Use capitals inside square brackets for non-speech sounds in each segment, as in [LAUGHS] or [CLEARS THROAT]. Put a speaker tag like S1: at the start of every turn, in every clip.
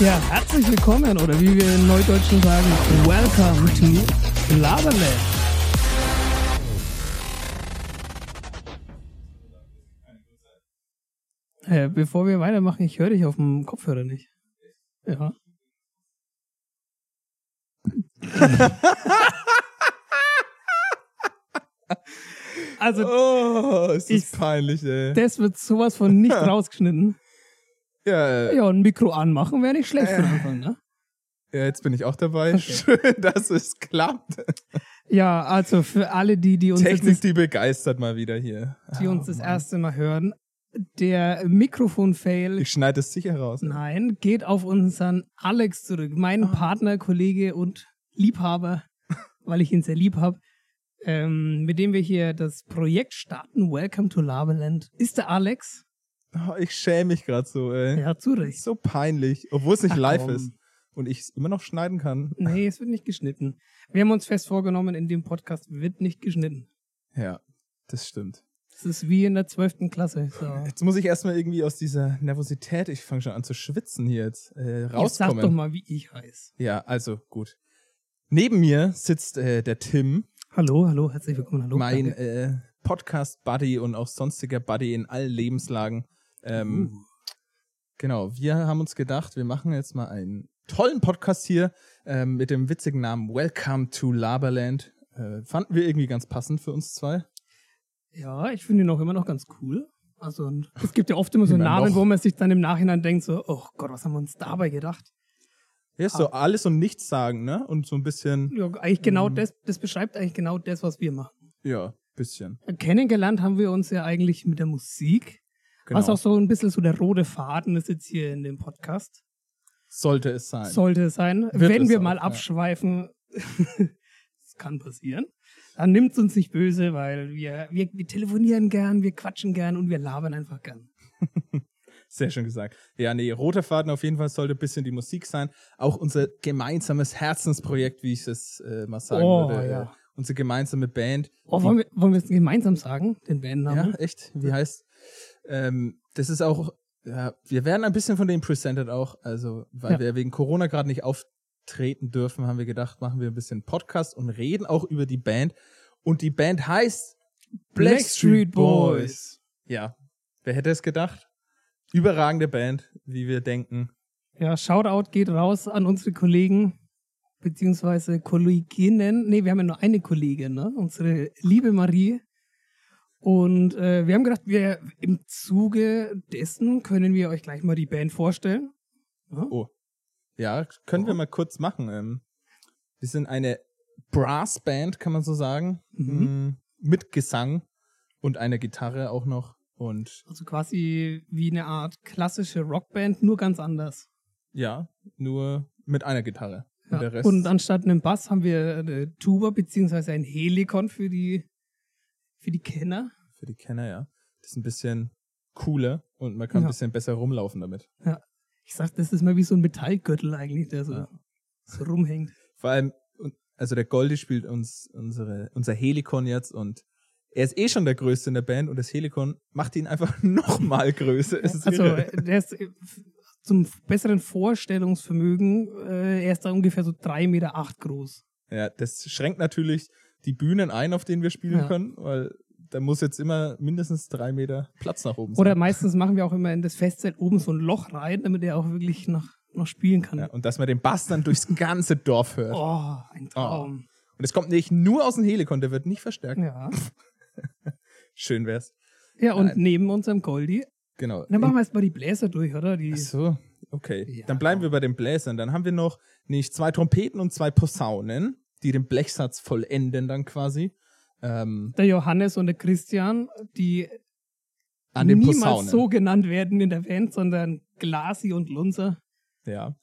S1: Ja, herzlich willkommen oder wie wir in Neudeutschen sagen, welcome to Laberland. Äh, bevor wir weitermachen, ich höre dich auf dem Kopfhörer nicht. Ja. [LAUGHS] also,
S2: Oh, ist das
S1: Ich-
S2: peinlich, ey.
S1: das wird sowas von nicht rausgeschnitten.
S2: Ja, äh,
S1: Ja, ein Mikro anmachen wäre nicht schlecht für den Anfang, ne?
S2: ja, jetzt bin ich auch dabei.
S1: Okay.
S2: Schön, dass es klappt.
S1: Ja, also für alle, die, die uns jetzt
S2: Technik, Oh, die begeistert mal wieder hier.
S1: die uns das erste Mal hören. Der Mikrofon-Fail,
S2: Ich schneide es sicher raus.
S1: nein, geht auf unseren Alex zurück.
S2: Ah.
S1: Mein Partner, Kollege und
S2: [LAUGHS]
S1: Liebhaber, weil ich ihn sehr lieb habe, ähm, mit dem wir hier das Projekt starten. Welcome to Labeland. Ist der Alex?
S2: Oh, ich schäme mich gerade so, ey.
S1: Ja, zu Recht.
S2: So peinlich, obwohl es nicht
S1: Ach,
S2: live
S1: komm.
S2: ist und ich es immer noch schneiden kann.
S1: Nee, es wird nicht geschnitten. Wir haben uns fest vorgenommen, in dem Podcast wird nicht geschnitten.
S2: Ja, das stimmt.
S1: Das ist wie in der 12. Klasse.
S2: [LAUGHS]
S1: So.
S2: Jetzt muss ich erstmal irgendwie aus dieser Nervosität, ich fange schon an zu schwitzen hier jetzt, äh,
S1: Jetzt sag doch
S2: rauskommen.
S1: mal, wie ich heiße.
S2: Ja, also gut. Neben mir sitzt äh, der Tim,
S1: Hallo, hallo, herzlich willkommen. Hallo.
S2: mein
S1: danke.
S2: äh, Podcast-Buddy und auch sonstiger Buddy in allen Lebenslagen. Ähm,
S1: Uh.
S2: Genau, wir haben uns gedacht, wir machen jetzt mal einen tollen Podcast hier ähm, mit dem witzigen Namen Welcome to Laberland. Äh, fanden wir irgendwie ganz passend für uns zwei.
S1: Ja, ich finde ihn auch immer noch ganz cool. Also und es gibt ja oft immer so
S2: Immer
S1: Namen,
S2: noch.
S1: wo man sich dann im Nachhinein denkt, so, oh Gott, was haben wir uns dabei gedacht?
S2: Ja, ist so
S1: Ah.
S2: alles und nichts sagen, ne? Und so ein bisschen,
S1: Ja, eigentlich genau
S2: Mhm.
S1: das, das beschreibt eigentlich genau das, was wir machen.
S2: ja, bisschen.
S1: Kennengelernt haben wir uns ja eigentlich mit der Musik,
S2: Genau.
S1: was auch so ein bisschen so der rote Faden ist jetzt hier in dem Podcast.
S2: Sollte es sein.
S1: Sollte es sein.
S2: Wird
S1: Wenn
S2: es
S1: wir
S2: auch,
S1: mal
S2: ja.
S1: abschweifen, [LAUGHS] das kann passieren, dann nimmt es uns nicht böse, weil wir, wir, wir telefonieren gern, wir quatschen gern und wir labern einfach gern.
S2: Sehr schön gesagt. Ja, nee, roter Faden auf jeden Fall sollte ein bisschen die Musik sein. Auch unser gemeinsames Herzensprojekt, wie ich es äh, mal sagen
S1: Oh,
S2: würde.
S1: ja.
S2: Äh, unsere gemeinsame Band.
S1: Oh,
S2: die-
S1: wollen wir wollen wir es gemeinsam sagen, den Bandnamen?
S2: Ja, echt. Wie heißt? Ähm, das ist auch. Ja, wir werden ein bisschen von denen presented auch. Also, weil
S1: Ja.
S2: wir wegen Corona gerade nicht auftreten dürfen, haben wir gedacht, machen wir ein bisschen Podcast und reden auch über die Band. Und die Band heißt
S1: Blackstreet Boys.
S2: Ja. Wer hätte es gedacht? Überragende Band, wie wir denken.
S1: Ja, Shoutout geht raus an unsere Kollegen beziehungsweise Kolleginnen. Nee, wir haben ja nur eine Kollegin, ne? unsere liebe Marie. Und äh, wir haben gedacht, wir im Zuge dessen können wir euch gleich mal die Band vorstellen.
S2: Oh. Ja, können
S1: Oh.
S2: wir mal kurz machen. Ähm, wir sind eine Brassband, kann man so sagen.
S1: Mhm.
S2: Mm, Mit Gesang und einer Gitarre auch noch. Und
S1: Also quasi wie eine Art klassische Rockband, nur ganz anders.
S2: ja, nur mit einer Gitarre.
S1: Ja.
S2: Und der Rest.
S1: Und anstatt einem Bass haben wir eine Tuba beziehungsweise ein Helikon für die, für die Kenner.
S2: für die Kenner, ja. Das ist ein bisschen cooler und man kann
S1: Ja.
S2: ein bisschen besser rumlaufen damit.
S1: Ich sag, das ist mal wie so ein Metallgürtel eigentlich, der so,
S2: Ja.
S1: so rumhängt.
S2: Vor allem, und- also der Goldi spielt uns unsere, unser Helikon jetzt und er ist eh schon der Größte in der Band und das Helikon macht ihn einfach [LAUGHS] nochmal größer. Es ist
S1: also,
S2: irre.
S1: äh, der ist äh, f- zum besseren Vorstellungsvermögen, äh, er ist da ungefähr so 3,8 Meter acht groß.
S2: Ja, das schränkt natürlich die Bühnen ein, auf denen wir spielen
S1: Ja.
S2: können, weil da muss jetzt immer mindestens drei Meter Platz nach oben
S1: Oder
S2: sein.
S1: meistens machen wir auch immer in das Festzelt oben so ein Loch rein, damit er auch wirklich noch, noch spielen kann.
S2: Ja, und dass man den Bass dann durchs ganze Dorf hört.
S1: Oh,
S2: Ah.
S1: ein Traum.
S2: Und es kommt nicht nur aus dem Helikon, der wird nicht verstärkt.
S1: Ja.
S2: Schön wär's.
S1: ja, und
S2: Nein.
S1: neben unserem Goldi.
S2: Genau.
S1: Dann machen wir erstmal die Bläser durch, oder? Die,
S2: Ach so, okay.
S1: Ja.
S2: Dann bleiben wir bei den Bläsern. Dann haben wir noch nicht zwei Trompeten und zwei Posaunen, die den Blechsatz vollenden dann quasi. Ähm,
S1: Der Johannes und der Christian, die
S2: an den
S1: niemals
S2: Posaunen.
S1: so genannt werden in der Band, sondern Glasi und Lunzer.
S2: Ja.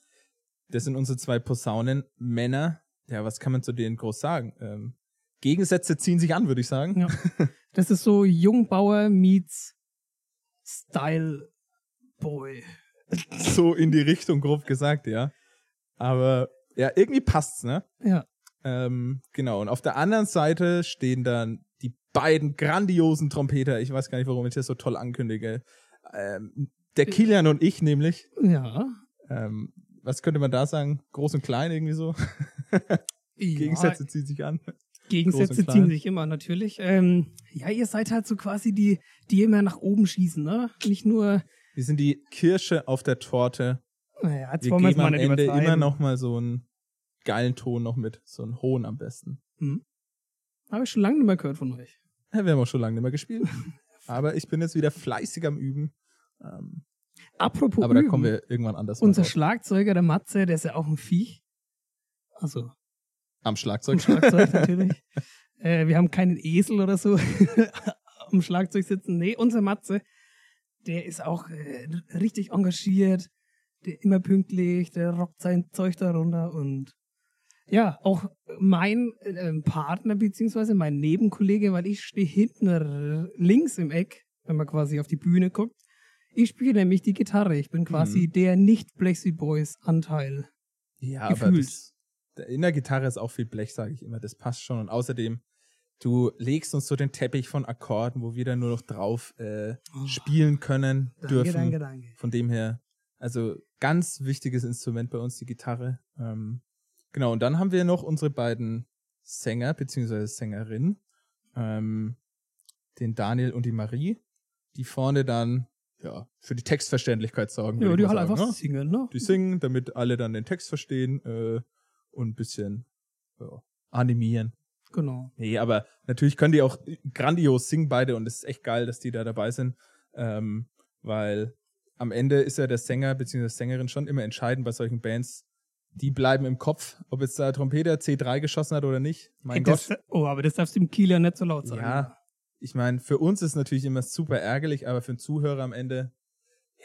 S2: Das sind unsere zwei Posaunenmänner. Ja, was kann man zu denen groß sagen? Ähm, Gegensätze ziehen sich an, würde ich sagen.
S1: Ja. Das ist so Jungbauer meets Style Boy.
S2: So in die Richtung, grob gesagt, ja. Aber ja, irgendwie passt's, ne?
S1: Ja.
S2: Ähm, genau. Und auf der anderen Seite stehen dann die beiden grandiosen Trompeter. Ich weiß gar nicht, warum ich das so toll ankündige. Ähm, der Kilian und ich nämlich.
S1: Ja.
S2: Ähm, was könnte man da sagen? Groß und klein irgendwie so. Gegensätze ziehen sich an.
S1: Gegensätze
S2: klein.
S1: ziehen sich immer natürlich. Ähm, ja, ihr seid halt so quasi die, die immer nach oben schießen, ne? Nicht nur,
S2: Wir sind die Kirsche auf der Torte.
S1: naja, jetzt
S2: Wir
S1: wollen wir es
S2: geben
S1: mal
S2: am
S1: nicht
S2: Ende
S1: übertreiben.
S2: immer noch mal so einen geilen Ton noch mit. So einen hohen am besten.
S1: Habe ich schon lange nicht mehr gehört von euch.
S2: Ja, wir haben auch schon lange nicht
S1: [LAUGHS]
S2: mehr gespielt. Aber ich bin jetzt wieder fleißig am Üben. Ähm,
S1: Apropos
S2: aber da
S1: üben.
S2: kommen wir irgendwann anders mal
S1: Unser
S2: drauf.
S1: Schlagzeuger, der Matze, der ist ja auch ein Viech. Also,
S2: am
S1: am
S2: Schlagzeug.
S1: Schlagzeug natürlich. Äh, wir haben keinen Esel oder so [LAUGHS] am Schlagzeug sitzen. Nee, unser Matze, der ist auch äh, richtig engagiert, der immer pünktlich, der rockt sein Zeug da runter und ja, auch mein ähm, Partner beziehungsweise mein Nebenkollege, weil ich stehe hinten r- links im Eck, wenn man quasi auf die Bühne guckt. Ich spiele nämlich die Gitarre. Ich bin quasi der nicht Blexi Boys Anteil.
S2: Ja, aber
S1: Gefühlt.
S2: das, in der Gitarre ist auch viel Blech, sage ich immer. Das passt schon. Und außerdem, du legst uns so den Teppich von Akkorden, wo wir dann nur noch drauf äh,
S1: Oh.
S2: spielen können, dürfen.
S1: Danke, danke, danke.
S2: Von dem her, also ganz wichtiges Instrument bei uns, die Gitarre. Ähm, genau, und dann haben wir noch unsere beiden Sänger beziehungsweise Sängerinnen, ähm, den Daniel und die Marie, die vorne dann ja, für die Textverständlichkeit sorgen.
S1: Ja,
S2: würd ich
S1: die
S2: mal
S1: halt
S2: sagen,
S1: einfach
S2: ne?
S1: singen, ne?
S2: die singen, damit alle dann den Text verstehen äh, und ein bisschen ja, animieren.
S1: Genau.
S2: Nee, aber natürlich können die auch grandios singen beide und es ist echt geil, dass die da dabei sind, ähm, weil am Ende ist ja der Sänger bzw. Sängerin schon immer entscheidend bei solchen Bands. Die bleiben im Kopf, ob jetzt der Trompeter C3 geschossen hat oder nicht. Mein
S1: Hey,
S2: Gott.
S1: das, oh, aber das darfst du im Kieler nicht so laut sagen.
S2: Ja, ich meine, für uns ist natürlich immer super ärgerlich, aber für den Zuhörer am Ende,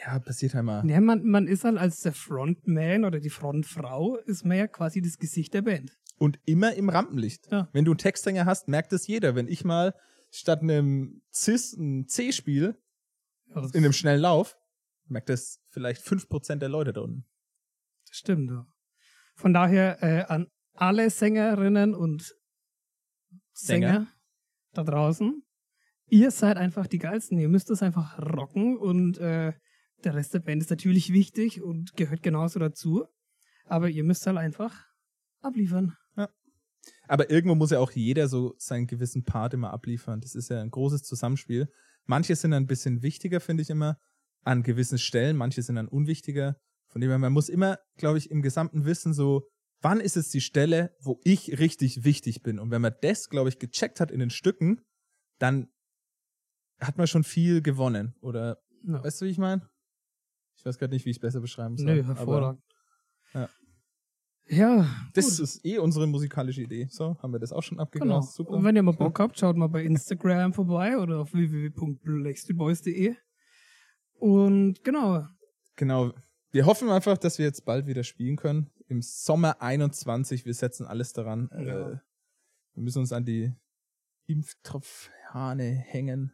S2: ja, passiert halt mal.
S1: Ja, man, man ist halt als der Frontman oder die Frontfrau, ist man ja quasi das Gesicht der Band.
S2: und immer im Rampenlicht.
S1: Ja.
S2: Wenn du einen Textsänger hast, merkt es jeder. Wenn ich mal statt einem Cis ein C spiele,
S1: Ja, das
S2: in einem schnellen Lauf, merkt das vielleicht 5% der Leute da unten.
S1: stimmt. Ja. Von daher äh, an alle Sängerinnen und Sänger,
S2: Sänger.
S1: da draußen, ihr seid einfach die Geilsten. Ihr müsst das einfach rocken und äh, der Rest der Band ist natürlich wichtig und gehört genauso dazu. Aber ihr müsst halt einfach abliefern.
S2: Aber irgendwo muss ja auch jeder so seinen gewissen Part immer abliefern. Das ist ja ein großes Zusammenspiel. Manche sind ein bisschen wichtiger, finde ich immer, an gewissen Stellen. Manche sind dann unwichtiger. Von dem her, man muss immer, glaube ich, im Gesamten wissen, so, wann ist es die Stelle, wo ich richtig wichtig bin. Und wenn man das, glaube ich, gecheckt hat in den Stücken, dann hat man schon viel gewonnen. Oder,
S1: Ja.
S2: weißt du, wie ich meine? Ich weiß gerade nicht, wie ich es besser beschreiben soll.
S1: Nö,
S2: aber
S1: hervorragend.
S2: Ja.
S1: Ja,
S2: Das ist eh unsere musikalische Idee. So, haben wir das auch schon
S1: genau.
S2: abgegrast. Super.
S1: Und wenn ihr mal Bock habt, schaut mal bei Instagram vorbei oder auf www.blackstreetboys.de. Und genau,
S2: Genau. Wir hoffen einfach, dass wir jetzt bald wieder spielen können. Im Sommer 21. Wir setzen alles daran.
S1: Ja.
S2: Äh, wir müssen uns an die Impftropfhahne hängen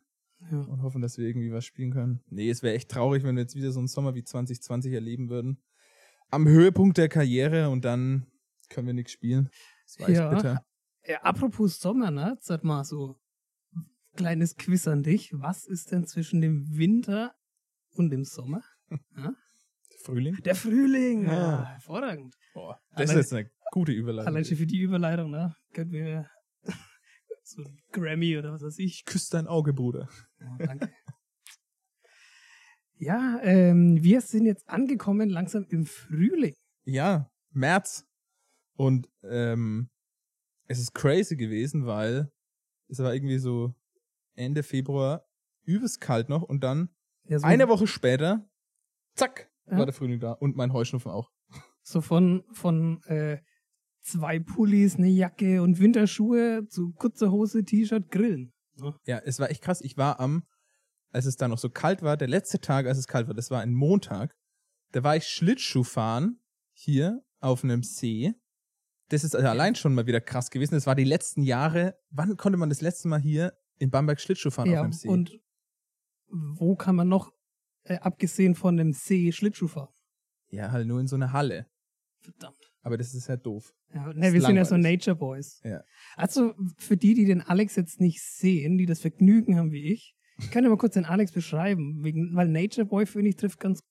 S1: Ja.
S2: und hoffen, dass wir irgendwie was spielen können. Nee, es wäre echt traurig, wenn wir jetzt wieder so einen Sommer wie 2020 erleben würden. Am Höhepunkt der Karriere und dann können wir nichts spielen. Das war echt
S1: Ja.
S2: bitter.
S1: Äh, apropos Sommer, ne? Sag mal so kleines Quiz an dich. Was ist denn zwischen dem Winter und dem Sommer?
S2: Frühling?
S1: Der Frühling!
S2: Ja.
S1: Ja, hervorragend.
S2: Boah, das
S1: Allein-
S2: ist jetzt eine gute Überleitung.
S1: Allein schon für die Überleitung, ne? Könnten wir [LAUGHS] so ein Grammy oder was weiß ich.
S2: Küss dein Auge, Bruder.
S1: Oh, danke. [LAUGHS] ja, ähm, wir sind jetzt angekommen langsam im Frühling.
S2: Ja, März. Und ähm, es ist crazy gewesen, weil es war irgendwie so Ende Februar übelst kalt noch und dann
S1: Ja, so,
S2: eine Woche später, zack,
S1: Also Ja.
S2: war der Frühling da und mein Heuschnupfen auch.
S1: so von, von äh, zwei Pullis, eine Jacke und Winterschuhe zu kurzer Hose, T-Shirt, Grillen.
S2: Ja, es war echt krass. Ich war am, als es da noch so kalt war, der letzte Tag, als es kalt war, das war ein Montag, da war ich Schlittschuh fahren hier auf einem See. Das ist also allein schon mal wieder krass gewesen. Das war die letzten Jahre. Wann konnte man das letzte Mal hier in Bamberg Schlittschuh fahren auf
S1: Ja,
S2: einem See?
S1: und wo kann man noch, äh, abgesehen von dem See, Schlittschuh fahren?
S2: Ja, halt nur in so einer Halle.
S1: Verdammt.
S2: Aber das ist ja doof.
S1: Ja,
S2: Ist
S1: ne, wir sind ja so
S2: langweilig.
S1: Nature Boys.
S2: Ja.
S1: Also für die, die den Alex jetzt nicht sehen, die das Vergnügen haben wie ich, ich kann ja mal kurz den Alex beschreiben, wegen, weil Nature Boy finde ich trifft ganz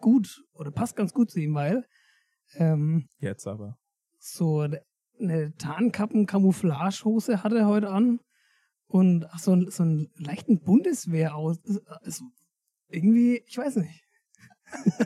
S1: gut oder passt ganz gut zu ihm, weil Ähm,
S2: Jetzt aber.
S1: so eine Tarnkappen-Camouflage-Hose hatte er heute an und ach, so, einen, so einen leichten Bundeswehr aus. Also irgendwie, ich weiß nicht.
S2: [LAUGHS]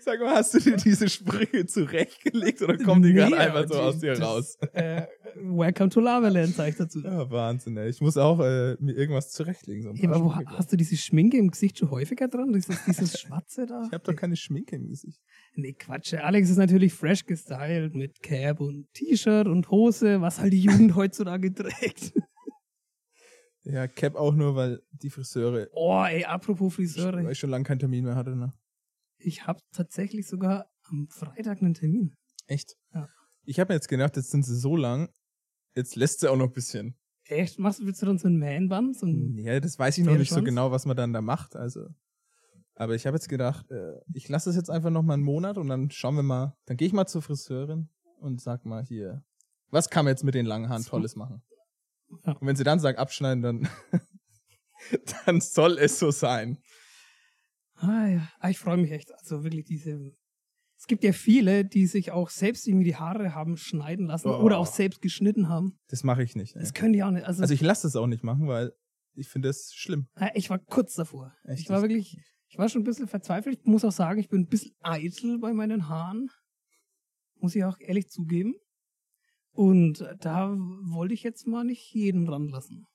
S2: Sag mal, hast du dir diese Sprüche zurechtgelegt oder
S1: Nee, aber das- Äh, welcome to Lavaland, sage ich dazu.
S2: Ja, Wahnsinn, ey. Ich muss auch äh, mir irgendwas zurechtlegen. So ein
S1: Hey,
S2: paar
S1: aber wo,
S2: Sprüche.
S1: hast du diese Schminke im Gesicht schon häufiger dran? Dieses, dieses Schwarze da?
S2: [LAUGHS] ich habe doch keine Schminke im Gesicht.
S1: Nee, Quatsch. Der Alex ist natürlich fresh gestylt mit Cap und T-Shirt und Hose, was halt die Jugend [LAUGHS] heutzutage trägt.
S2: Ja, Cap auch nur, weil die Friseure
S1: Oh, ey, apropos
S2: weil
S1: Friseure.
S2: ich schon lange keinen Termin mehr hatte. Ne?
S1: Ich habe tatsächlich sogar am Freitag einen Termin.
S2: Echt?
S1: Ja.
S2: Ich habe mir jetzt gedacht, jetzt sind sie so lang, jetzt lässt sie auch noch ein bisschen.
S1: Echt? Machst du, willst du dann so einen Man-Bun? So einen,
S2: Ja, das weiß ich noch nicht so
S1: Pferdeschwanz?
S2: genau, was man dann da macht. Also, aber ich habe jetzt gedacht, äh, ich lasse es jetzt einfach noch mal einen Monat und dann schauen wir mal. Dann gehe ich mal zur Friseurin und sag mal hier, was kann man jetzt mit den langen Haaren
S1: So.
S2: Tolles machen?
S1: Ja.
S2: Und wenn sie dann sagt abschneiden, dann [LAUGHS] dann soll es so sein.
S1: Ah ja, ah, ich freue mich echt. Also wirklich diese. Es gibt ja viele, die sich auch selbst irgendwie die Haare haben schneiden lassen
S2: Oh.
S1: oder auch selbst geschnitten haben.
S2: Das mache ich nicht. ey.
S1: Das können die auch nicht. Also,
S2: Also
S1: ich,
S2: ich lasse es auch nicht machen, weil ich finde es schlimm.
S1: ah, ich war kurz davor.
S2: Echt?
S1: Ich war wirklich, ich war schon ein bisschen verzweifelt. Ich muss auch sagen, ich bin ein bisschen eitel bei meinen Haaren. Muss ich auch ehrlich zugeben. Und da wollte ich jetzt mal nicht jeden ranlassen.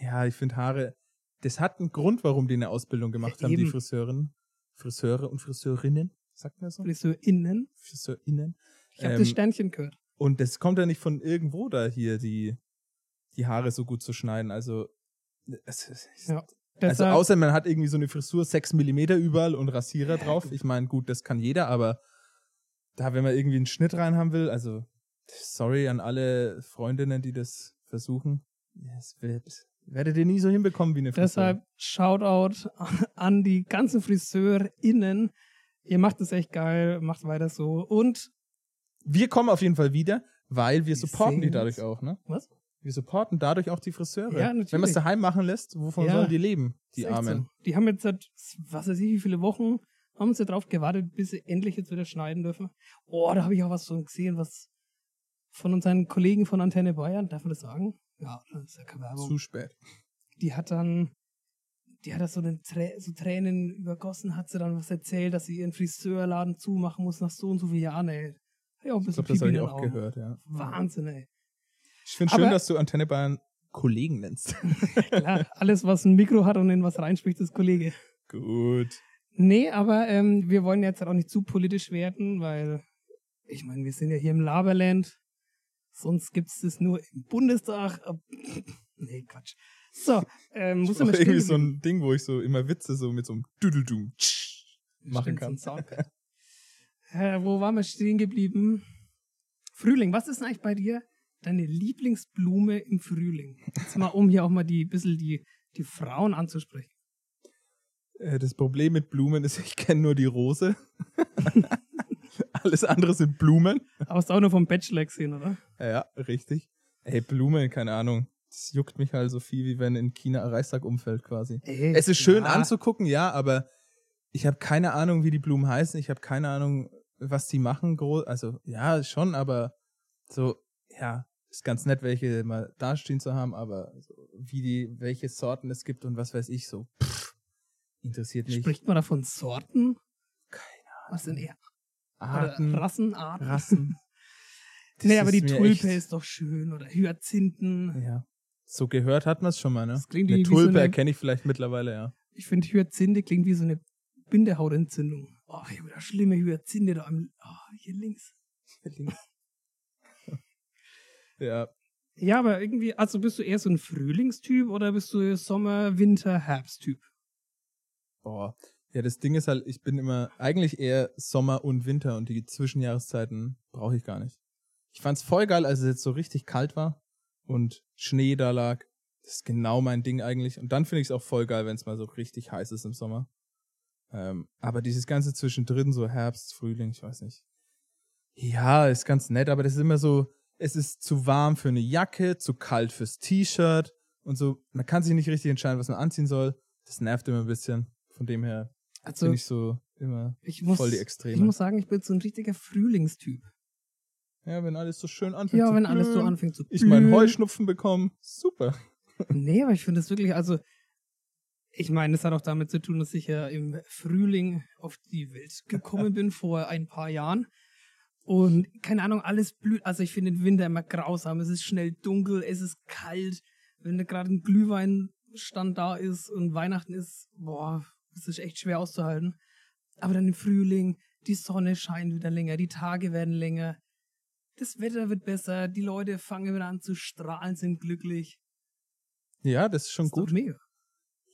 S2: Ja, ich finde Haare, das hat einen Grund, warum die eine Ausbildung gemacht
S1: Ja,
S2: haben, die
S1: eben.
S2: Friseurinnen. Friseure und Friseurinnen, sagt man so?
S1: FriseurInnen.
S2: FriseurInnen.
S1: Ich habe
S2: Ähm,
S1: das Sternchen gehört.
S2: Und das kommt ja nicht von irgendwo da hier, die, die Haare so gut zu schneiden. Also, es, ist-
S1: Ja.
S2: also
S1: Deshalb-
S2: außer man hat irgendwie so eine Frisur, 6 Millimeter überall und Rasierer
S1: Ja,
S2: drauf.
S1: gut.
S2: Ich meine, gut, das kann jeder, aber da, wenn man irgendwie einen Schnitt rein haben will, also sorry an alle Freundinnen, die das versuchen. Es wird, werdet ihr nie so hinbekommen wie eine Frisur.
S1: Deshalb Shoutout [LAUGHS] an die ganzen FriseurInnen. Ihr macht es echt geil, macht weiter so. Und
S2: wir kommen auf jeden Fall wieder, weil wir
S1: Wir
S2: supporten die
S1: sehen's.
S2: dadurch auch, ne?
S1: Was?
S2: Wir supporten dadurch auch die Friseure.
S1: Ja, natürlich.
S2: Wenn man es daheim machen lässt, wovon
S1: Ja.
S2: sollen die leben, die
S1: ist echt
S2: Armen?
S1: So. Die haben jetzt seit, was weiß ich, wie viele Wochen, haben sie drauf gewartet, bis sie endlich jetzt wieder schneiden dürfen. Oh, da habe ich auch was von gesehen, was von unseren Kollegen von Antenne Bayern, darf man das sagen? Ja, das ist ja keine Werbung.
S2: Zu spät.
S1: Die hat dann, die hat da so, einen Trä so Tränen übergossen, hat sie dann was erzählt, dass sie ihren Friseurladen zumachen muss nach so und so vielen Jahren, ey. Hab Ich auch ein
S2: Ich
S1: bisschen
S2: glaube, das
S1: Pipi
S2: habe
S1: in
S2: ich
S1: den
S2: auch
S1: Augen.
S2: gehört, ja.
S1: Wahnsinn, ey.
S2: Ich finde schön,
S1: Aber-
S2: dass du Antenne Bayern Kollegen nennst. [LAUGHS]
S1: Klar, alles, was ein Mikro hat und in was reinspricht, ist Kollege.
S2: Gut.
S1: Nee, aber ähm, wir wollen jetzt auch nicht zu politisch werden, weil ich meine, wir sind ja hier im Laberland. Sonst gibt es das nur im Bundestag. [LAUGHS] nee, Quatsch. So, ähm, muss
S2: Das
S1: ich mal
S2: war irgendwie
S1: stehen
S2: so
S1: geblieben.
S2: ein Ding, wo ich so immer Witze so mit so einem Düdeldum
S1: Stimmt, so ein
S2: machen kann.
S1: Soundpad. [LAUGHS] äh, wo waren wir stehen geblieben? Frühling, was ist denn eigentlich bei dir deine Lieblingsblume im Frühling? Jetzt mal, um hier auch mal die bisschen die, die Frauen anzusprechen.
S2: Äh, Das Problem mit Blumen ist, ich kenne nur die Rose. [LAUGHS] Alles andere sind Blumen.
S1: Aber hast du auch nur vom Bachelor gesehen, oder?
S2: Ja, richtig. Ey, Blumen, keine Ahnung. Das juckt mich halt so viel, wie wenn in China ein Reistag umfällt quasi.
S1: Ey,
S2: Es ist schön
S1: ja.
S2: anzugucken, ja, aber ich habe keine Ahnung, wie die Blumen heißen. Ich habe keine Ahnung, was die machen. Groß, also ja, schon, aber so, ja, ist ganz nett, welche mal dastehen zu haben, aber so, wie die, welche Sorten es gibt und was weiß ich so. Pff, interessiert mich.
S1: Spricht man da von Sorten? Was sind eher
S2: Arten,
S1: Oder Rassen, Arten?
S2: Rassen.
S1: [LAUGHS] nee,
S2: Das
S1: aber
S2: ist
S1: die
S2: mir
S1: Tulpe
S2: echt-
S1: ist doch schön oder Hyazinthen.
S2: Ja. So gehört hat man es schon mal, ne?
S1: Das klingt
S2: Eine
S1: wie- wie so
S2: Tulpe
S1: eine-
S2: erkenne ich vielleicht mittlerweile, ja.
S1: Ich finde Hyazinthe klingt wie so eine Bindehautentzündung. Oh, ich habe da schlimme Hyazinthe da am oh, hier links.
S2: ja.
S1: Ja, aber irgendwie, also bist du eher so ein Frühlingstyp oder bist du Sommer, Winter, Herbsttyp?
S2: Boah. Ja, das Ding ist halt, ich bin immer eigentlich eher Sommer und Winter und die Zwischenjahreszeiten brauche ich gar nicht. Ich fand's voll geil, als es jetzt so richtig kalt war und Schnee da lag. Das ist genau mein Ding eigentlich. Und dann finde ich es auch voll geil, wenn es mal so richtig heiß ist im Sommer. Ähm, aber dieses ganze zwischendrin, so Herbst, Frühling, ich weiß nicht. Ja, ist ganz nett, aber das ist immer so, es ist zu warm für eine Jacke, zu kalt fürs T-Shirt und so. Man kann sich nicht richtig entscheiden, was man anziehen soll. Das nervt immer ein bisschen. Von dem her
S1: Also
S2: bin ich so Immer
S1: Ich muss,
S2: voll die
S1: ich
S2: Extreme.
S1: muss sagen, ich bin so ein richtiger Frühlingstyp.
S2: ja, wenn alles so schön anfängt
S1: Ja,
S2: zu
S1: wenn alles so
S2: blühen,
S1: anfängt zu
S2: Ich meinen
S1: blühen.
S2: Heuschnupfen bekomme. Super.
S1: Nee, aber ich finde es wirklich, also ich meine, es hat auch damit zu tun, dass ich ja im Frühling auf die Welt gekommen bin vor ein paar Jahren. Und keine Ahnung, alles blüht. Also ich finde den Winter immer grausam. Es ist schnell dunkel, es ist kalt. Wenn da gerade ein Glühweinstand da ist und Weihnachten ist, boah, es ist echt schwer auszuhalten. Aber dann im Frühling, die Sonne scheint wieder länger, die Tage werden länger, das Wetter wird besser, die Leute fangen wieder an zu strahlen, sind glücklich.
S2: Ja, das ist schon
S1: Ist doch
S2: gut.
S1: Mega.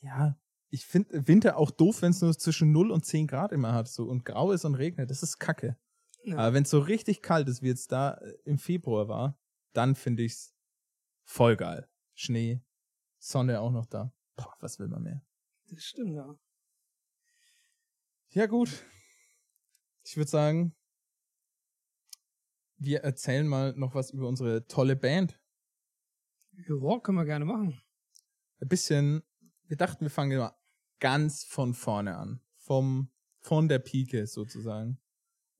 S2: Ja. Ich finde Winter auch doof, wenn es nur zwischen 0 und 10 Grad immer hat so und grau ist und regnet. Das ist kacke.
S1: Ja.
S2: Aber wenn es so richtig kalt ist, wie jetzt da äh, im Februar war, dann finde ich's voll geil. Schnee, Sonne auch noch da. Boah, was will man mehr?
S1: Das stimmt, ja.
S2: Ja, gut. Ich würde sagen, wir erzählen mal noch was über unsere tolle Band.
S1: Ja, können wir gerne machen.
S2: Ein bisschen, wir dachten, wir fangen immer ganz von vorne an. Vom, von der Pike sozusagen.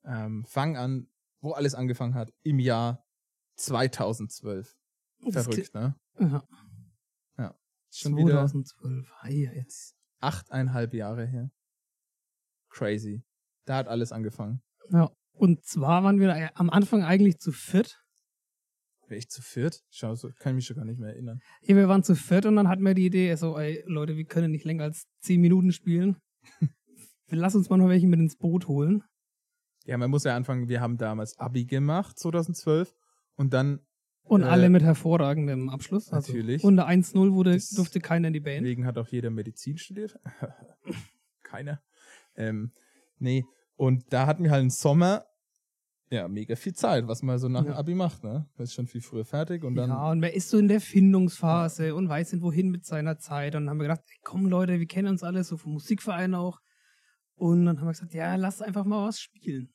S2: Ähm, fang an, wo alles angefangen hat, im Jahr 2012.
S1: Oh, Das kli-
S2: Verrückt, ne?
S1: Ja,
S2: Schon wieder
S1: 2012. Ei, ei.
S2: achteinhalb Jahre her. Crazy. Da hat alles angefangen.
S1: Ja. Und zwar waren wir da äh, am Anfang eigentlich zu viert.
S2: Wäre ich zu viert? Schau, so kann ich mich schon gar nicht mehr erinnern.
S1: Ja, wir waren zu viert und dann hatten wir die Idee, so, ey, Leute, wir können nicht länger als 10 Minuten
S2: [LAUGHS]
S1: spielen. wir lassen uns mal noch welche mit ins Boot holen.
S2: Ja, man muss ja anfangen, wir haben damals Abi gemacht, 2012. Und dann,
S1: Und
S2: Äh,
S1: alle mit hervorragendem Abschluss. Also
S2: natürlich.
S1: Unter 1-0 wurde,
S2: Das-
S1: durfte keiner in die Band.
S2: wegen hat auch jeder Medizin studiert. [LAUGHS] Keiner. Ähm, nee. Und da hatten wir halt im Sommer, ja, mega viel Zeit, was man so nach dem
S1: Ja.
S2: Abi macht, ne? Man ist schon viel früher fertig und dann,
S1: ja, und man ist so in der Findungsphase und weiß nicht wohin mit seiner Zeit. Und dann haben wir gedacht, ey, komm Leute, wir kennen uns alle, so vom Musikverein auch. Und dann haben wir gesagt, ja, lass einfach mal was spielen.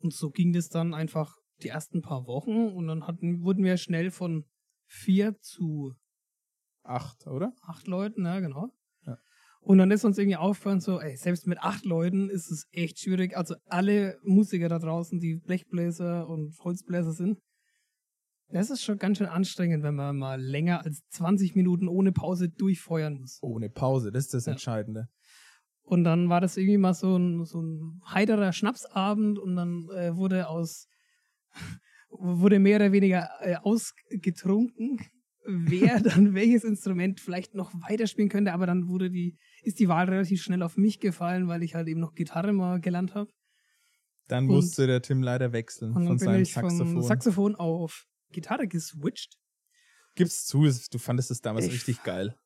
S1: Und so ging das dann einfach die ersten paar Wochen und dann hatten, wurden wir schnell von vier zu
S2: acht, oder?
S1: acht Leuten, ja, genau.
S2: Ja.
S1: Und dann ist uns irgendwie aufgefallen, so, ey, selbst mit acht Leuten ist es echt schwierig. Also alle Musiker da draußen, die Blechbläser und Holzbläser sind, das ist schon ganz schön anstrengend, wenn man mal länger als 20 Minuten ohne Pause durchfeuern muss.
S2: Ohne Pause, das ist das
S1: Ja.
S2: Entscheidende.
S1: Und dann war das irgendwie mal so ein, so ein heiterer Schnapsabend und dann äh, wurde aus, [LAUGHS] wurde mehr oder weniger äh, ausgetrunken, [LAUGHS] wer dann [LAUGHS] welches Instrument vielleicht noch weiterspielen könnte, aber dann wurde die, ist die Wahl relativ schnell auf mich gefallen, weil ich halt eben noch Gitarre mal gelernt habe.
S2: Dann
S1: Und-
S2: musste der Tim leider wechseln
S1: Und dann
S2: von
S1: bin
S2: seinem
S1: ich vom
S2: Saxophon.
S1: Saxophon auf Gitarre geswitcht.
S2: Gib's zu, es- du fandest es damals
S1: Ich-
S2: richtig geil.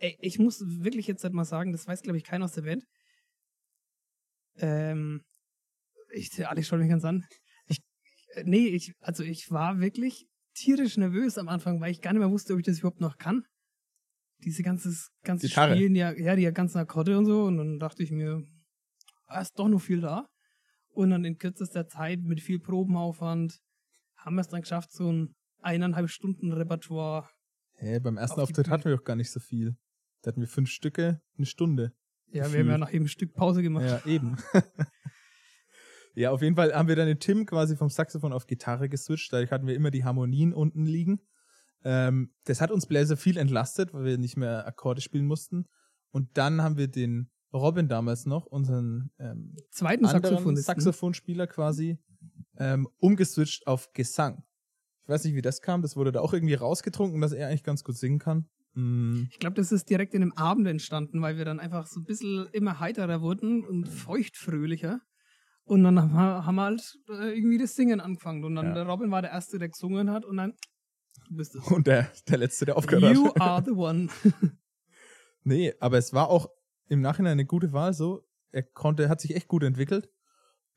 S1: Ey, ich muss wirklich jetzt halt mal sagen, das weiß, glaube ich, keiner aus der Band. Ähm, ich, alle schauen mich ganz an. Ich, äh, nee, ich, also ich war wirklich tierisch nervös am Anfang, weil ich gar nicht mehr wusste, ob ich das überhaupt noch kann. Diese ganzes, ganze
S2: Gitarre.
S1: Spielen, ja, ja, die ganzen Akkorde und so. Und dann dachte ich mir, ah, ist doch noch viel da. Und dann in kürzester Zeit mit viel Probenaufwand haben wir es dann geschafft, so ein eineinhalb Stunden Repertoire.
S2: Hä, beim ersten
S1: Auf die
S2: Auftritt
S1: Bühne.
S2: hatten wir doch gar nicht so viel. Da hatten wir fünf Stücke, eine Stunde.
S1: Ja, wir haben ja nach jedem Stück Pause gemacht.
S2: Ja, eben. [LAUGHS] ja, auf jeden Fall haben wir dann den Tim quasi vom Saxophon auf Gitarre geswitcht. Dadurch hatten wir immer die Harmonien unten liegen. Ähm, das hat uns Bläser viel entlastet, weil wir nicht mehr Akkorde spielen mussten. Und dann haben wir den Robin damals noch, unseren ähm,
S1: zweiten
S2: anderen
S1: Saxophonisten.
S2: Saxophonspieler quasi, ähm, umgeswitcht auf Gesang. Ich weiß nicht, wie das kam. Das wurde da auch irgendwie rausgetrunken, dass er eigentlich ganz gut singen kann. Mm. [LAUGHS]
S1: ich glaube, das ist direkt in dem Abend entstanden, weil wir dann einfach so ein bisschen immer heiterer wurden
S2: Mhm.
S1: und feuchtfröhlicher. Und dann haben wir, haben wir halt äh, irgendwie das Singen angefangen. Und dann
S2: Ja.
S1: der Robin war der Erste, der gesungen hat. Und dann, du bist es.
S2: Und der, der letzte, der aufgehört
S1: You
S2: [LAUGHS] hat.
S1: are the one.
S2: Nee, aber es war auch im Nachhinein eine gute Wahl so. Er konnte, hat sich echt gut entwickelt.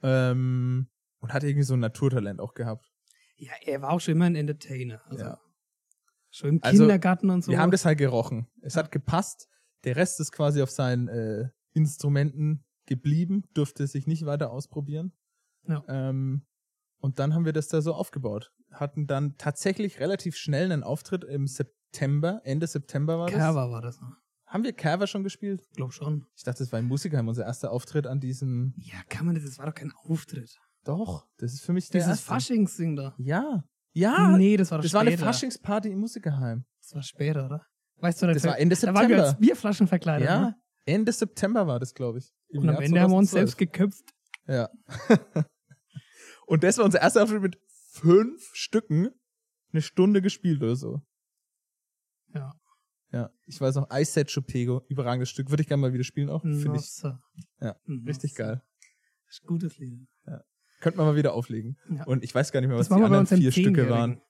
S2: Ähm, und hat irgendwie so ein Naturtalent auch gehabt.
S1: Ja, er war auch schon immer ein Entertainer. Also
S2: Ja.
S1: Schon im
S2: Also,
S1: Kindergarten und so.
S2: Wir haben das halt gerochen. Es hat gepasst. Der Rest ist quasi auf seinen äh, Instrumenten geblieben, durfte sich nicht weiter ausprobieren.
S1: Ja.
S2: Ähm, und dann haben wir das da so aufgebaut. Hatten dann tatsächlich relativ schnell einen Auftritt im September, Ende September war das.
S1: Kerber war das. ne?
S2: Haben wir Carver schon gespielt?
S1: Ich glaube schon.
S2: Ich dachte, das war in Musikheim, unser erster Auftritt an diesem.
S1: Ja, kann man das? Das war doch kein Auftritt.
S2: Doch, das ist für mich der.
S1: Dieses
S2: erste.
S1: Faschingsding da.
S2: Ja. Ja.
S1: nee, das war doch
S2: das war
S1: später.
S2: eine Faschingsparty im Musikerheim.
S1: das war später, oder? Weißt du,
S2: Das war Ende
S1: Da waren wir als
S2: September.
S1: Bierflaschen verkleidet. Ne?
S2: Ja. Ende September war das, glaube ich. Im
S1: Und am
S2: Jahr
S1: Ende haben wir uns
S2: 2012.
S1: selbst geköpft.
S2: Ja. [LAUGHS] und das war unser erster Auftritt mit fünf Stücken, eine Stunde gespielt oder so.
S1: Ja.
S2: Ja. Ich weiß noch, I Said Chopego, überragendes Stück, würde ich gerne mal wieder spielen auch. Finde ich
S1: Nossa.
S2: ja,
S1: Nossa.
S2: richtig geil.
S1: Mhm. Das ist ein Gutes Lied.
S2: Könnte man mal wieder auflegen.
S1: Ja.
S2: Und ich weiß gar nicht mehr, was
S1: Das waren
S2: die
S1: wir bei
S2: anderen
S1: uns im
S2: vier Stücke
S1: Zehnjährigen.
S2: waren.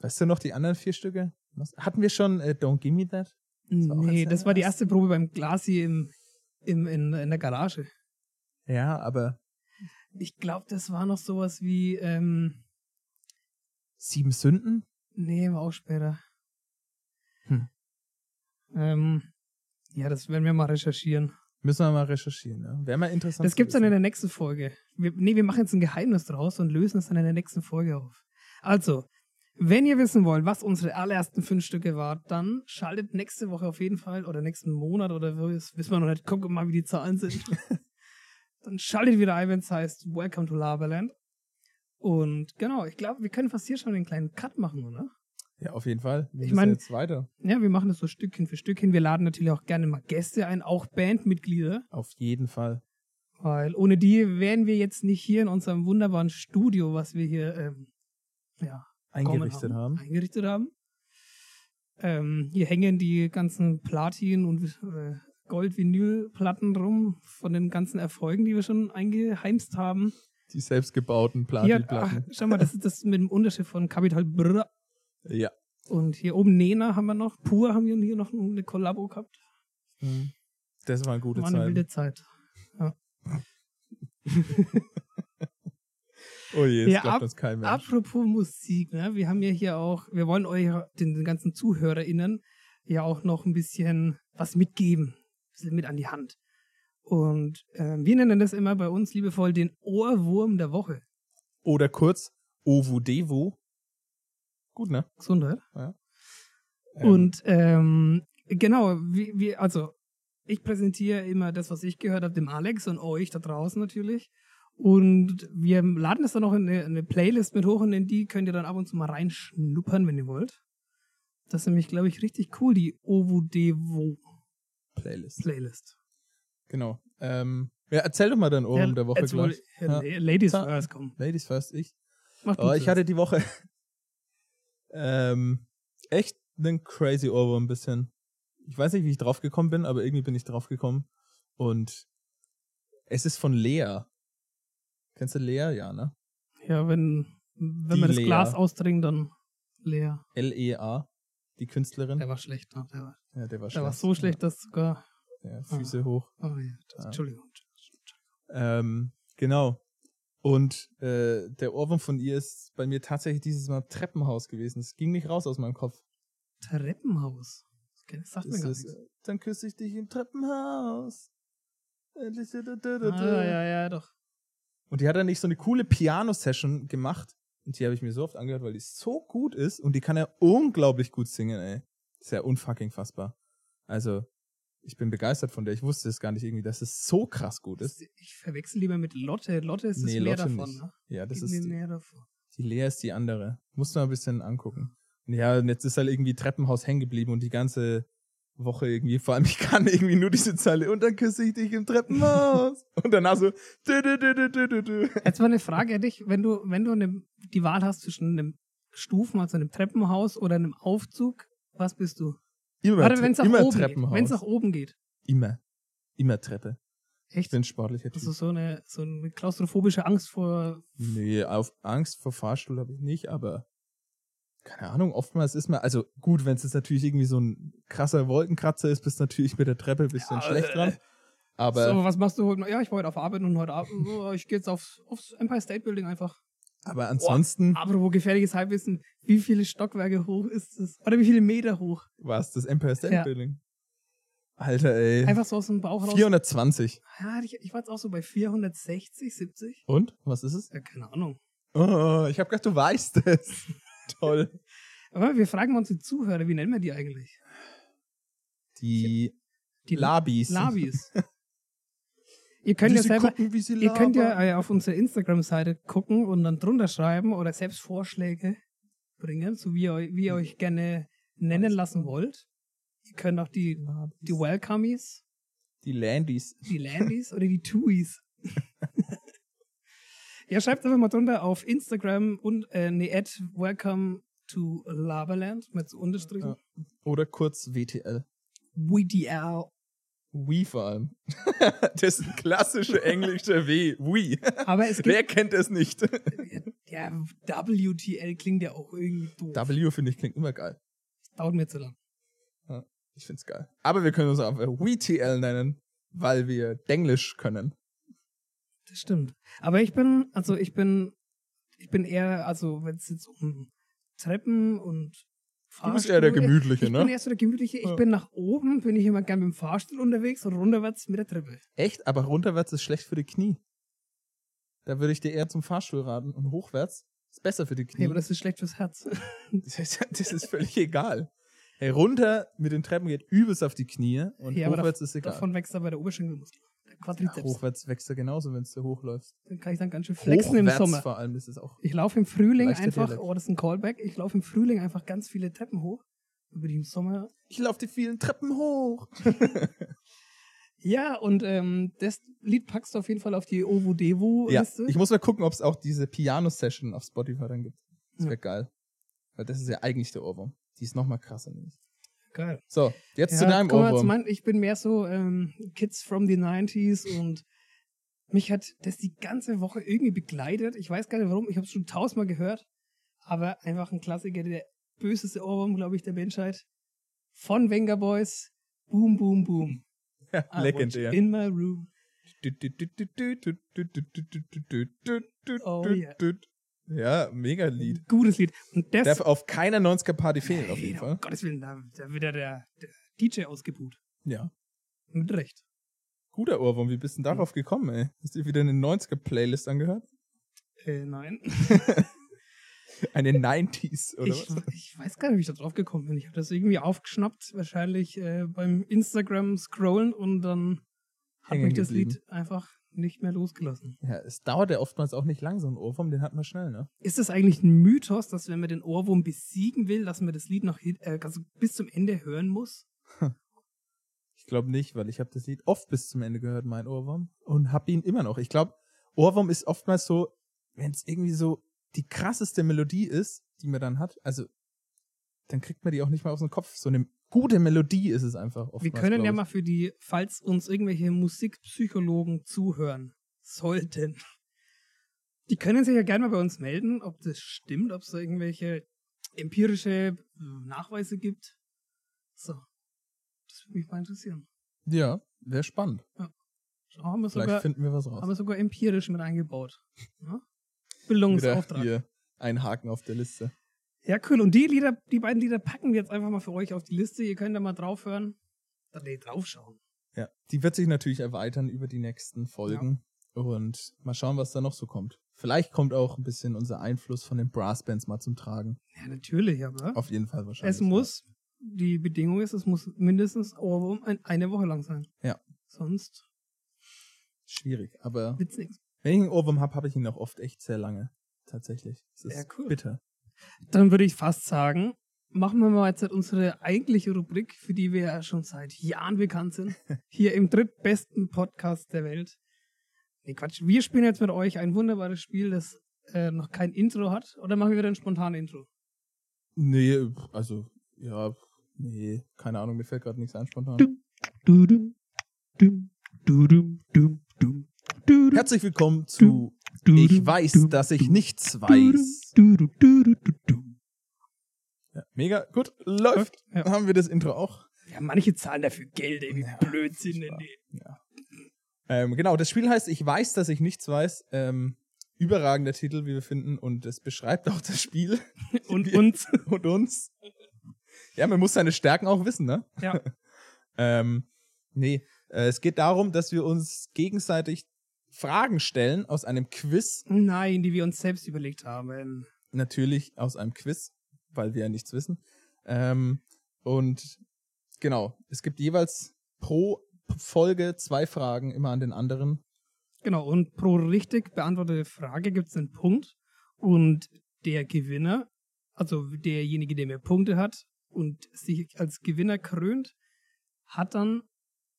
S2: Weißt du noch die anderen vier Stücke? Was? Hatten wir schon äh, Don't Give Me That? war auch
S1: Nee,
S2: erst
S1: das war die
S2: erst.
S1: erste Probe beim Glasi im, im, in, in der Garage.
S2: Ja, aber
S1: Ich glaube, das war noch sowas wie, ähm,
S2: Sieben Sünden?
S1: nee, war auch später.
S2: Hm.
S1: Ähm, ja, das werden wir mal recherchieren.
S2: Müssen wir mal recherchieren. Ne? Wäre mal interessant.
S1: Das
S2: zu
S1: gibt's dann in
S2: wissen.
S1: der nächsten Folge. Wir, nee, wir machen jetzt ein Geheimnis draus und lösen es dann in der nächsten Folge auf. Also, wenn ihr wissen wollt, was unsere allerersten fünf Stücke waren, dann schaltet nächste Woche auf jeden Fall oder nächsten Monat oder so, das wissen wir noch nicht, gucken wir mal, wie die Zahlen sind. dann schaltet wieder ein, wenn es heißt Welcome to Laberland. Und genau, ich glaube, wir können fast hier schon den kleinen Cut machen, oder?
S2: Ja, auf jeden Fall. Wir
S1: Ich
S2: ich
S1: mein-
S2: meine, jetzt weiter.
S1: Ja, wir machen das so Stückchen für Stückchen. Wir laden natürlich auch gerne mal Gäste ein, auch Bandmitglieder.
S2: Auf jeden Fall.
S1: Weil ohne die wären wir jetzt nicht hier in unserem wunderbaren Studio, was wir hier ähm, ja, bekommen
S2: Eingerichtet haben.
S1: Eingerichtet haben. Ähm, hier hängen die ganzen Platin- und äh, Gold-Vinyl-Platten rum von den ganzen Erfolgen, die wir schon eingeheimst haben.
S2: Die selbstgebauten
S1: Hier, ach,
S2: Platinplatten.
S1: schau mal, das ist das mit dem Unterschied von Capital Br. ah.
S2: Ja.
S1: Und hier oben Nena haben wir noch. Pur haben wir hier noch eine Kollabo gehabt.
S2: Das war eine gute
S1: War eine
S2: Zeit.
S1: Mhm. wilde Zeit.
S2: Oh je, jetzt
S1: Ja,
S2: glaubt
S1: ab-
S2: uns kein Mensch.
S1: Apropos Musik, ne? wir haben ja hier auch, wir wollen euch, den, den ganzen ZuhörerInnen, ja auch noch ein bisschen was mitgeben, ein bisschen mit an die Hand. Und äh, wir nennen das immer bei uns liebevoll den Ohrwurm der Woche.
S2: Oder kurz Ovudevo. Gut, ne?
S1: Gesundheit.
S2: Ähm,
S1: Und ähm, genau, wie, wie, also ich präsentiere immer das, was ich gehört habe, dem Alex und euch da draußen natürlich. Und wir laden das dann auch in eine, eine Playlist mit hoch und in die könnt ihr dann ab und zu mal reinschnuppern, wenn ihr wollt. Das ist nämlich, glaube ich, richtig cool, die Ovudevo-Playlist.
S2: Playlist. Genau. Ähm, ja, erzähl doch mal dein Ohrwurm der Woche
S1: Jetzt wohl-
S2: gleich. Ja.
S1: Herr- Ladies
S2: Ja.
S1: first, komm.
S2: Ladies first, ich.
S1: Mach du
S2: Oh, ich
S1: zuerst.
S2: hatte die Woche [LAUGHS] ähm, echt einen crazy Ohrwurm ein bisschen. Ich weiß nicht, wie ich draufgekommen bin, aber irgendwie bin ich draufgekommen. Und es ist von Lea. Kennst du Lea? Ja, ne?
S1: ja, wenn, wenn
S2: Die
S1: man das
S2: Lea.
S1: Glas ausdringt, dann leer.
S2: L-E-A, E die Künstlerin.
S1: Der war schlecht. ne? Der war,
S2: ja, der war, Ah.
S1: der war so schlecht, dass sogar...
S2: Ja, Füße hoch.
S1: Oh ja, das,
S2: Ja.
S1: Entschuldigung.
S2: Ähm, genau. Und äh, der Ohrwurm von ihr ist bei mir tatsächlich dieses Mal Treppenhaus gewesen. Es ging nicht raus aus meinem Kopf.
S1: Treppenhaus. Das kenn- Das sagt mir
S2: Das
S1: gar
S2: ist,
S1: nichts.
S2: äh, dann küsse ich dich im Treppenhaus. Endlich. da, da, da, da,
S1: Ah,
S2: da.
S1: ja, ja, doch.
S2: Und die hat dann nicht so eine coole Piano-Session gemacht. Und die habe ich mir so oft angehört, weil die so gut ist. Und die kann ja unglaublich gut singen, ey. Ist ja unfucking fassbar. Also, ich bin begeistert von der. Ich wusste es gar nicht irgendwie, dass es so krass gut ist.
S1: ich verwechsel lieber mit Lotte. Lotte ist es
S2: Nee,
S1: mehr
S2: Lotte
S1: davon.
S2: nicht.
S1: Ne?
S2: Ja, das
S1: Gib
S2: ist
S1: mir
S2: die,
S1: mehr davon.
S2: die Lea ist die andere. Muss man ein bisschen angucken. Und ja, und jetzt ist halt irgendwie Treppenhaus hängen geblieben und die ganze Woche irgendwie, vor allem [LAUGHS] ich kann irgendwie nur diese Zeile und dann küsse ich dich
S1: [LAUGHS]
S2: im Treppenhaus. und danach so. dü, dü, dü, dü, dü, dü, dü.
S1: Jetzt mal eine Frage an dich. Wenn du, wenn du ne, die Wahl hast zwischen einem Stufen, also einem Treppenhaus oder einem Aufzug, was bist du?
S2: Immer,
S1: Warte,
S2: Tre-
S1: wenn es nach,
S2: immer
S1: oben geht.
S2: Treppenhaus.
S1: Wenn's nach oben geht.
S2: Immer. Immer Treppe. Ich
S1: Echt?
S2: bin sportlicher Typ.
S1: Hast du so eine, so eine klaustrophobische Angst vor.
S2: Nee, auf Angst vor Fahrstuhl habe ich nicht, aber keine Ahnung, oftmals ist man, also gut, wenn es jetzt natürlich irgendwie so ein krasser Wolkenkratzer ist, bist du natürlich mit der Treppe ein bisschen
S1: Ja, äh,
S2: schlecht dran. Aber,
S1: So, was machst du heute? noch? Ja, ich war heute auf Arbeit und heute Abend. [LAUGHS] oh, Ich gehe jetzt aufs, aufs Empire State Building einfach.
S2: aber ansonsten
S1: Apropos gefährliches Halbwissen, wie viele Stockwerke hoch ist es? Oder wie viele Meter hoch?
S2: war es das Empire State
S1: Ja.
S2: Building. Alter, ey.
S1: Einfach so aus dem Bauch raus.
S2: 420.
S1: Ja, ich, ich war jetzt auch so bei 460, 70.
S2: Und? Was ist es?
S1: Ja, keine Ahnung.
S2: Oh, ich habe gedacht, du weißt es. [LAUGHS] Toll.
S1: Aber wir fragen mal unsere Zuhörer, wie nennen wir die eigentlich?
S2: Die
S1: Die
S2: Labis.
S1: Labis. ihr könnt
S2: Wie
S1: ja
S2: sie
S1: selber,
S2: gucken, wie sie
S1: ihr könnt ja
S2: labern.
S1: äh, auf unserer Instagram-Seite gucken und dann drunter schreiben oder selbst Vorschläge bringen, so wie ihr, eu- wie ihr euch gerne nennen lassen wollt. Ihr könnt auch die, die Welcomies,
S2: Die Landys.
S1: die Landys oder die Tuis. [LAUGHS] ja, schreibt einfach mal drunter auf Instagram und äh, nee, at welcome to Laberland mit so Unterstrichen.
S2: Ja. Oder kurz WTL.
S1: WDL.
S2: Wii vor allem. [LAUGHS] das klassische englische W.
S1: [LAUGHS]
S2: Wii.
S1: Aber es gibt
S2: Wer kennt es nicht? [LAUGHS]
S1: Ja, WTL klingt ja auch irgendwie doof.
S2: W finde ich klingt immer geil.
S1: Dauert mir zu lang.
S2: Ich find's geil. Aber wir können uns auch äh, WTL nennen, weil wir Denglisch können.
S1: Das stimmt. Aber ich bin, also ich bin, ich bin eher, also wenn es jetzt um Treppen und
S2: Du
S1: Fahrstuhl...
S2: bist eher der Gemütliche,
S1: Ich bin
S2: ne?
S1: eher so der Gemütliche. Ich
S2: Ja.
S1: bin nach oben, bin ich immer gern mit dem Fahrstuhl unterwegs und runterwärts mit der Treppe.
S2: Echt? Aber runterwärts ist schlecht für die Knie. Da würde ich dir eher zum Fahrstuhl raten und hochwärts ist besser für die
S1: Nee,
S2: Knie.
S1: aber das ist schlecht fürs Herz. [LAUGHS]
S2: Das Hm? ist, das ist völlig [LAUGHS] egal. Hey, runter mit den Treppen geht übelst auf die Knie und
S1: Ja, aber
S2: hochwärts ist egal.
S1: Davon wächst aber der Oberschenkelmuskel. Der
S2: Ja,
S1: Quadrizeps.
S2: hochwärts wächst er genauso, wenn du hochläufst.
S1: Dann kann ich dann ganz schön flexen im
S2: hochwärts
S1: Sommer.
S2: vor allem ist es auch.
S1: Ich laufe im Frühling
S2: Leichter
S1: einfach,
S2: Dialekt.
S1: oh, das ist ein Callback. Ich laufe im Frühling einfach ganz viele Treppen hoch. Dann bin ich im Sommer
S2: Ich laufe die vielen Treppen hoch.
S1: Ja, und ähm, das Lied packst du auf jeden Fall auf die Ovo Devo
S2: Ja,
S1: Liste.
S2: ich muss mal gucken, ob es auch diese Piano-Session auf Spotify dann gibt. Das wäre
S1: Ja.
S2: geil. Weil das ist ja eigentlich der Ohrwurm. Die ist nochmal krasser. nämlich.
S1: Geil.
S2: So, jetzt
S1: Ja,
S2: zu deinem
S1: guck mal,
S2: Ohrwurm.
S1: zu
S2: [LAUGHS]
S1: meinem- ich bin mehr so ähm, Kids from the 90s und mich hat das die ganze Woche irgendwie begleitet. Ich weiß gar nicht warum, ich habe es schon tausendmal gehört, aber einfach ein Klassiker, der böseste Ohrwurm, glaube ich, der Menschheit. Von Venga Boys, Boom Boom Boom. I want you In my room. Oh, yeah.
S2: Ja, mega Lied.
S1: Gutes Lied. Und das
S2: Darf auf keiner 90er Party fehlen, auf jeden
S1: Nein,
S2: Fall.
S1: Um Gottes Willen, da, da wird ja der, der DJ ausgebucht.
S2: Ja.
S1: Mit Recht.
S2: Guter Ohrwurm, wie bist du denn darauf gekommen, ey? Hast du dir wieder eine 90er Playlist angehört?
S1: Äh, nein.
S2: Eine 90s, oder
S1: Äh, ich,
S2: was?
S1: ich weiß gar nicht, wie ich da drauf gekommen bin. Ich habe das irgendwie aufgeschnappt, wahrscheinlich äh, beim Instagram-Scrollen und dann hat
S2: Hängen
S1: mich das
S2: geblieben.
S1: Lied einfach nicht mehr losgelassen.
S2: Ja, es dauert ja oftmals auch nicht lang, so ein Ohrwurm, den hat man schnell, ne?
S1: Ist das eigentlich ein Mythos, dass wenn man den Ohrwurm besiegen will, dass man das Lied noch hin- äh, also bis zum Ende hören muss?
S2: Ich glaube nicht, weil ich habe das Lied oft bis zum Ende gehört, mein Ohrwurm, und habe ihn immer noch. Ich glaube, Ohrwurm ist oftmals so, wenn es irgendwie so die krasseste Melodie ist, die man dann hat, also dann kriegt man die auch nicht mal aus dem Kopf. So eine gute Melodie ist es einfach oftmals.
S1: Wir können
S2: glaub
S1: ja
S2: ich.
S1: mal für die, falls uns irgendwelche Musikpsychologen zuhören sollten, [LAUGHS] die können sich ja gerne mal bei uns melden, ob das stimmt, ob es da irgendwelche empirische äh, Nachweise gibt. So. Das würde mich mal interessieren.
S2: Ja, wäre spannend.
S1: Schau, haben wir
S2: Vielleicht
S1: sogar,
S2: finden wir was
S1: haben
S2: raus.
S1: wir sogar empirisch mit eingebaut. Ja?
S2: [LAUGHS] Wieder
S1: Bildungsauftrag.
S2: hier ein Haken auf der Liste.
S1: Ja, cool. Und die Lieder, die beiden Lieder packen wir jetzt einfach mal für euch auf die Liste. Ihr könnt da mal draufhören. Nee, draufschauen.
S2: Ja, die wird sich natürlich erweitern über die nächsten Folgen und mal schauen, was da noch so kommt. Vielleicht kommt auch ein bisschen unser Einfluss von den Brassbands mal zum Tragen.
S1: Ja, natürlich, aber.
S2: Auf jeden Fall wahrscheinlich.
S1: Es muss, die Bedingung ist, es muss mindestens Ohrwurm ein, eine Woche lang sein.
S2: Ja.
S1: Sonst
S2: Schwierig, aber
S1: wird's nichts.
S2: wenn ich einen Ohrwurm habe, habe ich ihn auch oft echt sehr lange. Tatsächlich. Es ist
S1: Ja, cool.
S2: bitter.
S1: Dann würde ich fast sagen, machen wir mal jetzt halt unsere eigentliche Rubrik, für die wir ja schon seit Jahren bekannt [LAUGHS] sind. Hier im drittbesten Podcast der Welt. Nee, Quatsch. Wir spielen jetzt mit euch ein wunderbares Spiel, das äh, noch kein Intro hat. Oder machen wir wieder ein spontanes Intro?
S2: Nee, also, ja, nee, keine Ahnung, mir fällt gerade nichts ein spontan.
S1: Du- Dudum, dum, dudum, dum, dum, dudum,
S2: Herzlich willkommen zu
S1: dudum,
S2: Ich weiß,
S1: dum,
S2: dass ich
S1: dum,
S2: nichts weiß.
S1: dudum, dudum, dudum, dudum.
S2: Ja, mega, gut, läuft.
S1: Ja.
S2: Haben wir das Intro auch.
S1: Ja, manche zahlen dafür Geld, ey, wie
S2: Ja,
S1: Blödsinn denn
S2: furchtbar.
S1: die.
S2: Ähm, genau, das Spiel heißt Ich weiß, dass ich nichts weiß. Ähm, überragender Titel, wie wir finden, und es beschreibt auch das Spiel [LAUGHS]
S1: Und [LAUGHS]
S2: Wir-
S1: uns.
S2: und uns. Ja, man muss seine Stärken auch wissen, ne?
S1: Ja.
S2: Ähm, nee, äh, es geht darum, dass wir uns gegenseitig Fragen stellen aus einem Quiz,
S1: Nein, die wir uns selbst überlegt haben.
S2: natürlich aus einem Quiz, weil wir ja nichts wissen. Ähm, und genau, es gibt jeweils pro Folge zwei Fragen immer an den anderen.
S1: Genau, und pro richtig beantwortete Frage gibt es einen Punkt. Und der Gewinner, also derjenige, der mehr Punkte hat und sich als Gewinner krönt, hat dann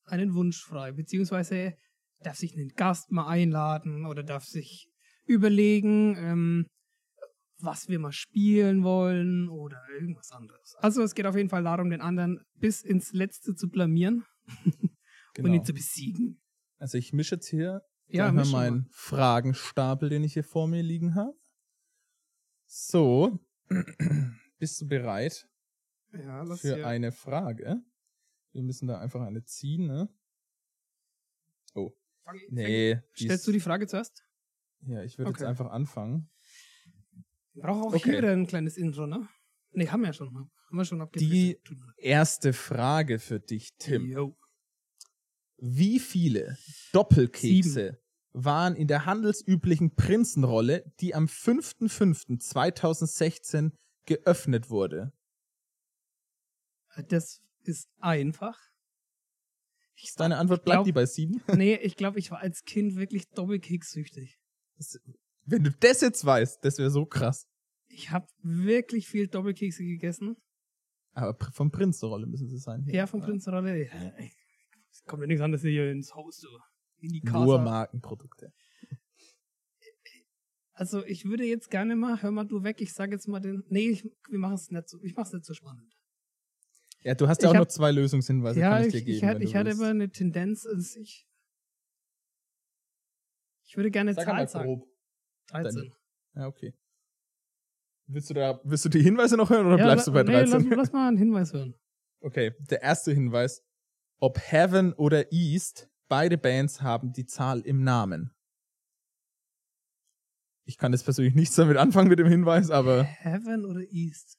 S1: einen Wunsch frei, beziehungsweise darf sich einen Gast mal einladen oder darf sich überlegen, ähm, was wir mal spielen wollen oder irgendwas anderes. Also es geht auf jeden Fall darum, den anderen bis ins Letzte zu blamieren und ihn zu besiegen.
S2: Genau. Also ich mische jetzt hier
S1: Ja,
S2: ja, mal
S1: misch mal.
S2: meinen Fragenstapel, den ich hier vor mir liegen habe. So, [CLEARS THROAT] bist du bereit
S1: Ja, lass
S2: für
S1: hier-
S2: eine Frage? Wir müssen da einfach eine ziehen, ne?
S1: fang ich- fang-
S2: Nee. die
S1: Stellst
S2: ist-
S1: du die Frage zuerst?
S2: Ja, ich würde
S1: Okay.
S2: jetzt einfach anfangen.
S1: Braucht auch
S2: Okay.
S1: hier wieder ein kleines Intro, ne? Ne, haben wir ja schon. Haben wir schon
S2: Die-
S1: abgefrühstückt. Tut mir leid.
S2: Erste Frage für dich, Tim.
S1: Yo.
S2: Wie viele Doppelkekse waren in der handelsüblichen Prinzenrolle, die am 5.5.2016 geöffnet wurde?
S1: Das ist einfach. Ich
S2: Ist deine Antwort, bleibt
S1: glaub-
S2: die bei sieben?
S1: nee, ich glaube, ich war als Kind wirklich doppelkeksüchtig.
S2: Wenn du das jetzt weißt, das wäre so krass.
S1: Ich habe wirklich viel Doppelkekse gegessen.
S2: Aber pr- vom Prinzenrolle müssen sie sein.
S1: Ja, von Prinzenrolle. Ja, ey, Es kommt ja nichts anderes hier ins Haus, so. In die Casa.
S2: Nur Markenprodukte.
S1: Also ich würde jetzt gerne mal, hör mal du weg, ich sage jetzt mal den. Nee, ich, wir machen es nicht so. Ich mach's nicht so spannend.
S2: Ja, du hast
S1: Ich
S2: ja auch
S1: hab-
S2: noch zwei Lösungshinweise,
S1: ja,
S2: Also kann ich
S1: ich,
S2: dir
S1: ich, hatte,
S2: geben. wenn du
S1: ich hatte
S2: willst.
S1: immer eine Tendenz, also ich. Ich würde gerne
S2: Sag
S1: Zahl
S2: einmal
S1: sagen.
S2: grob.
S1: 13.
S2: Ja, Ah, okay. Willst du, da, willst du die Hinweise noch hören oder
S1: Ja,
S2: bleibst
S1: la-
S2: du bei
S1: Nee,
S2: 13?
S1: lass, lass mal einen Hinweis hören.
S2: Okay, der erste Hinweis. Ob Heaven oder East, beide Bands haben die Zahl im Namen. Ich kann jetzt persönlich nichts damit anfangen mit dem Hinweis, aber
S1: Heaven oder East?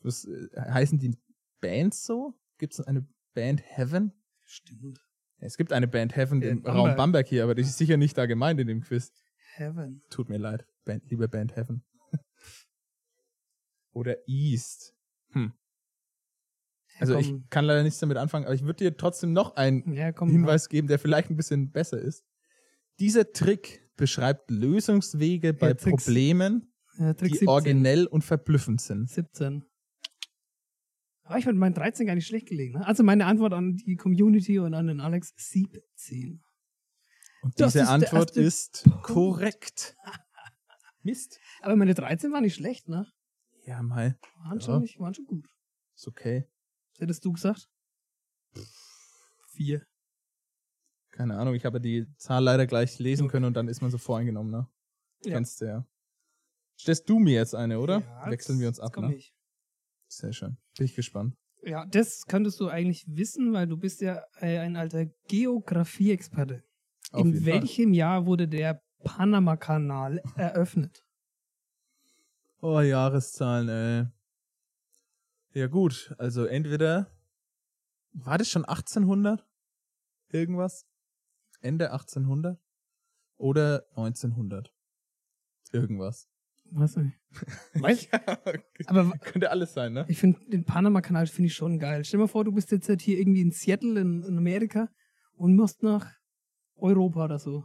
S2: was, äh, heißen die Bands so? Gibt es eine Band Heaven?
S1: Stimmt.
S2: Es gibt eine Band Heaven
S1: In
S2: im
S1: Äh, Bamberg.
S2: Raum Bamberg hier, aber die ist sicher nicht da gemeint in dem Quiz.
S1: Heaven.
S2: Tut mir leid, Band, liebe Band Heaven. [LAUGHS] Oder East. Hm. Also ich
S1: komm.
S2: kann leider nichts damit anfangen, aber ich würde dir trotzdem noch einen
S1: Ja, komm.
S2: Hinweis geben, der vielleicht ein bisschen besser ist. Dieser Trick beschreibt Lösungswege bei
S1: Tricks.
S2: Problemen,
S1: Ja, Trick
S2: die
S1: 17.
S2: originell und verblüffend sind.
S1: 17. Aber ich bin mit meinen 13 gar nicht schlecht gelegen. Ne? Also meine Antwort an die Community und an den Alex 17.
S2: Und
S1: Das
S2: diese
S1: ist der
S2: Antwort
S1: erste
S2: ist
S1: [LAUGHS]
S2: korrekt. Mist.
S1: Aber meine 13 war nicht schlecht, ne?
S2: Ja, mal.
S1: Waren,
S2: Ja.
S1: schon, nicht, waren schon gut.
S2: Ist okay.
S1: Was hättest du gesagt? Vier.
S2: Keine Ahnung, ich habe die Zahl leider gleich lesen können und dann ist man so voreingenommen, ne?
S1: Ja.
S2: Kannst du ja. Stellst du mir jetzt eine, oder?
S1: Ja,
S2: Wechseln wir uns
S1: jetzt
S2: ab,
S1: komm
S2: ne?
S1: ich.
S2: Sehr schön. Bin ich gespannt.
S1: Ja, das könntest du eigentlich wissen, weil du bist ja äh, ein alter Geografie-Experte.
S2: Auf
S1: In
S2: jeden
S1: welchem Jahr wurde der
S2: [LAUGHS]
S1: Panama-Kanal eröffnet?
S2: Fall. Oh, Jahreszahlen, ey. Ja gut, also entweder war das schon 1800 irgendwas? Ende 1800 oder 1900 irgendwas.
S1: Weiß nicht. Weiß?
S2: [LAUGHS] Ja,
S1: Aber
S2: Könnte alles sein, ne?
S1: Ich finde den Panama-Kanal finde ich schon geil. Stell dir mal vor, du bist jetzt halt hier irgendwie in Seattle in, in Amerika und musst nach Europa oder so.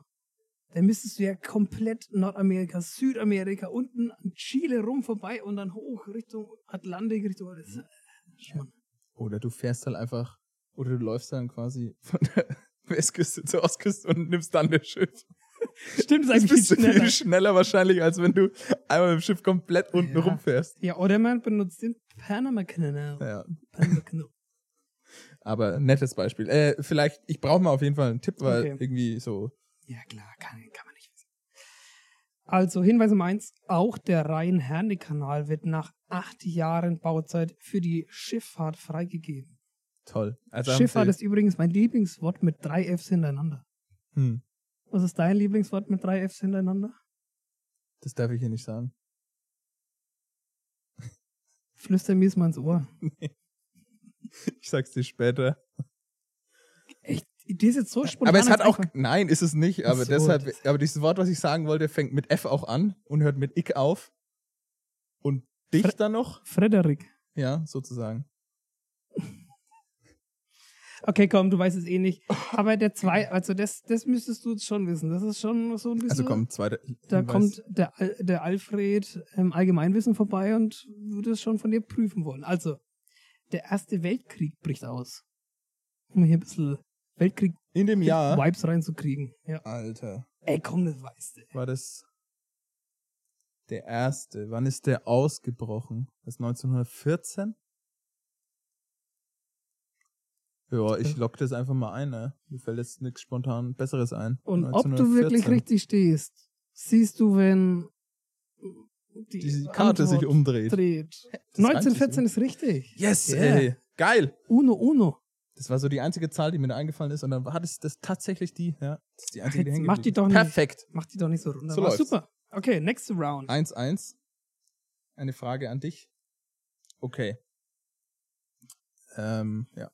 S1: Dann müsstest du ja komplett Nordamerika, Südamerika, unten an Chile rum vorbei und dann hoch Richtung Atlantik, Richtung. Das ist
S2: Mhm.
S1: schon.
S2: Oder du fährst halt einfach, oder du läufst dann quasi von der [LAUGHS] Westküste zur Ostküste und nimmst dann das Schiff.
S1: Stimmt, das
S2: Das
S1: ist eigentlich
S2: bist du
S1: viel schneller.
S2: viel schneller wahrscheinlich, als wenn du einmal mit dem Schiff komplett unten
S1: Ja.
S2: rumfährst.
S1: Ja, oder man benutzt den Panama-Kanal.
S2: Ja,
S1: Panama-Kanal.
S2: aber nettes Beispiel. Äh, vielleicht, ich brauche mal auf jeden Fall einen Tipp, weil
S1: Okay.
S2: irgendwie so,
S1: Ja, klar, kann, kann man nicht wissen. Also, Hinweis Nummer eins: Auch der Rhein-Herne-Kanal wird nach acht Jahren Bauzeit für die Schifffahrt freigegeben.
S2: toll. Also haben
S1: Schifffahrt
S2: sie-
S1: ist übrigens mein Lieblingswort mit drei Fs hintereinander.
S2: hm,
S1: Was ist dein Lieblingswort mit drei Fs hintereinander?
S2: das darf ich hier nicht sagen. [LAUGHS]
S1: Flüster mir's mal ins Ohr.
S2: Ich sag's dir später.
S1: Echt, die ist jetzt so spontan.
S2: aber es hat
S1: jetzt
S2: auch,
S1: einfach-
S2: nein, ist es nicht, aber
S1: so,
S2: deshalb,
S1: das-
S2: aber dieses Wort, was ich sagen wollte, fängt mit F auch an und hört mit Ick auf. Und dich
S1: Fre-
S2: dann noch?
S1: Frederik.
S2: Ja, sozusagen.
S1: Okay, komm, du weißt es eh nicht. Aber der zwei, also das, das müsstest du jetzt schon wissen. Das ist schon so ein bisschen.
S2: Also komm, zweiter.
S1: Da
S2: Hinweis.
S1: kommt der, Al- der Alfred im Allgemeinwissen vorbei und würde es schon von dir prüfen wollen. Also, der Erste Weltkrieg bricht aus. Um hier ein bisschen Weltkrieg-Vibes
S2: In dem Jahr.
S1: reinzukriegen. Ja.
S2: Alter,
S1: Ey, komm, das weißt du.
S2: war das der erste. Wann ist der ausgebrochen? Das 1914? Ja, ich lock das einfach mal ein, ne? Mir fällt jetzt nichts spontan Besseres ein.
S1: Und ob du wirklich
S2: 1914.
S1: richtig stehst, siehst du, wenn die,
S2: Die Karte sich
S1: Antwort
S2: umdreht.
S1: dreht.
S2: Das reimt
S1: 1914
S2: sich um.
S1: ist richtig.
S2: Yes,
S1: Yeah.
S2: ey. Geil.
S1: Uno, uno.
S2: Das war so die einzige Zahl, die mir da eingefallen ist. Und dann war das, das tatsächlich die, ja. Das ist die einzige, die
S1: jetzt
S2: hängen
S1: mach die
S2: geblieben ist.
S1: doch nicht.
S2: Perfekt.
S1: Mach die doch nicht so runter.
S2: So
S1: War
S2: läuft's. Ah,
S1: super. Okay, next round.
S2: 1-1. Eine Frage an dich. Okay. Ähm, ja.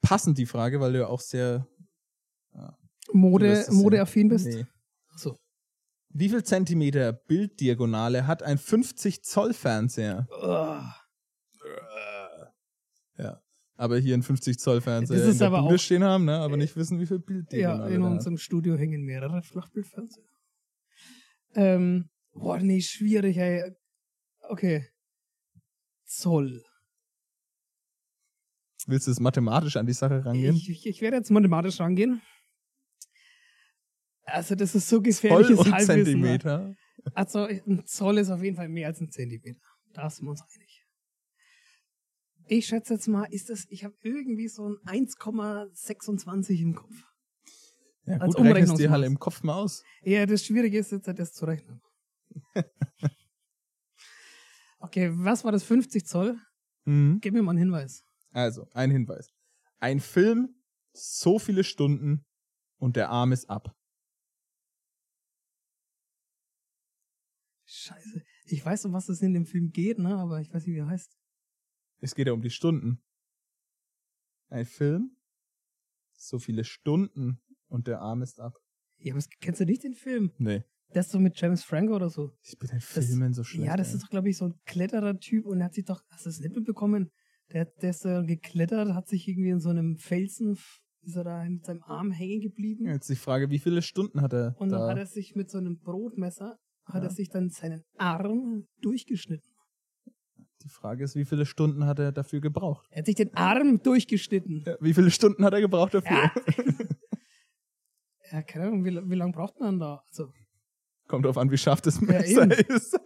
S2: Passend die Frage, weil du ja auch sehr. Du
S1: Mode,
S2: wirst es sehen.
S1: Modeaffin bist.
S2: Nee.
S1: So.
S2: Wie viel Zentimeter Bilddiagonale hat ein 50 Zoll Fernseher?
S1: Ugh.
S2: Ja. Aber hier ein 50 Zoll Fernseher
S1: Das
S2: in
S1: ist
S2: der
S1: aber
S2: Bude
S1: auch-
S2: stehen haben, ne? aber nicht wissen, wie viel Bilddiagonale
S1: Ja, in
S2: der hat.
S1: unserem Studio hängen mehrere Flachbildfernseher. Ähm, boah, nee, schwierig, ey. Okay. Zoll.
S2: Willst du es mathematisch an die Sache rangehen?
S1: Ich, ich, ich werde jetzt mathematisch rangehen. Also, das ist so
S2: Zoll
S1: gefährliches
S2: und
S1: Halbwissen. ne?
S2: Zentimeter.
S1: Also, ein Zoll ist auf jeden Fall mehr als ein Zentimeter. Da sind wir uns einig. Ich schätze jetzt mal, ist das, ich habe irgendwie so ein 1,26 im Kopf.
S2: Ja,
S1: Als
S2: gut, rechnest dir
S1: Umrechnungsmaß.
S2: halt im Kopf mal aus.
S1: Ja, das Schwierige ist jetzt, halt, das zu
S2: [LAUGHS]
S1: rechnen. okay, was war das 50 Zoll?
S2: Mhm.
S1: Gib mir mal einen Hinweis.
S2: Also, ein Hinweis. Ein Film, so viele Stunden und der Arm ist ab.
S1: Scheiße. Ich weiß, um was es in dem Film geht, ne? aber ich weiß nicht, wie er heißt.
S2: Es geht ja um die Stunden. Ein Film, so viele Stunden und der Arm ist ab.
S1: Ja, aber das- kennst du nicht den Film?
S2: Nee,
S1: Das ist so mit James Franco oder so.
S2: ich bin in Filmen so schlecht.
S1: ja, das
S2: ey.
S1: ist doch, glaube ich, so ein Kletterer-Typ und der hat sich doch, hast du das nicht mitbekommen? Der, der ist da geklettert, hat sich irgendwie in so einem Felsen, ist er da mit seinem Arm hängen geblieben.
S2: Ja, Jetzt die Frage, wie viele Stunden hat er
S1: Und dann
S2: da?
S1: hat er sich mit so einem Brotmesser, hat
S2: Ja.
S1: er sich dann seinen Arm durchgeschnitten.
S2: die Frage ist, wie viele Stunden hat er dafür gebraucht?
S1: Er hat sich den Arm durchgeschnitten.
S2: Ja, wie viele Stunden hat er gebraucht dafür?
S1: Ja. Ja, keine Ahnung, wie, wie lange braucht man da? Also,
S2: [LAUGHS] Kommt drauf an, wie scharf das
S1: Ja,
S2: Messer
S1: eben.
S2: ist.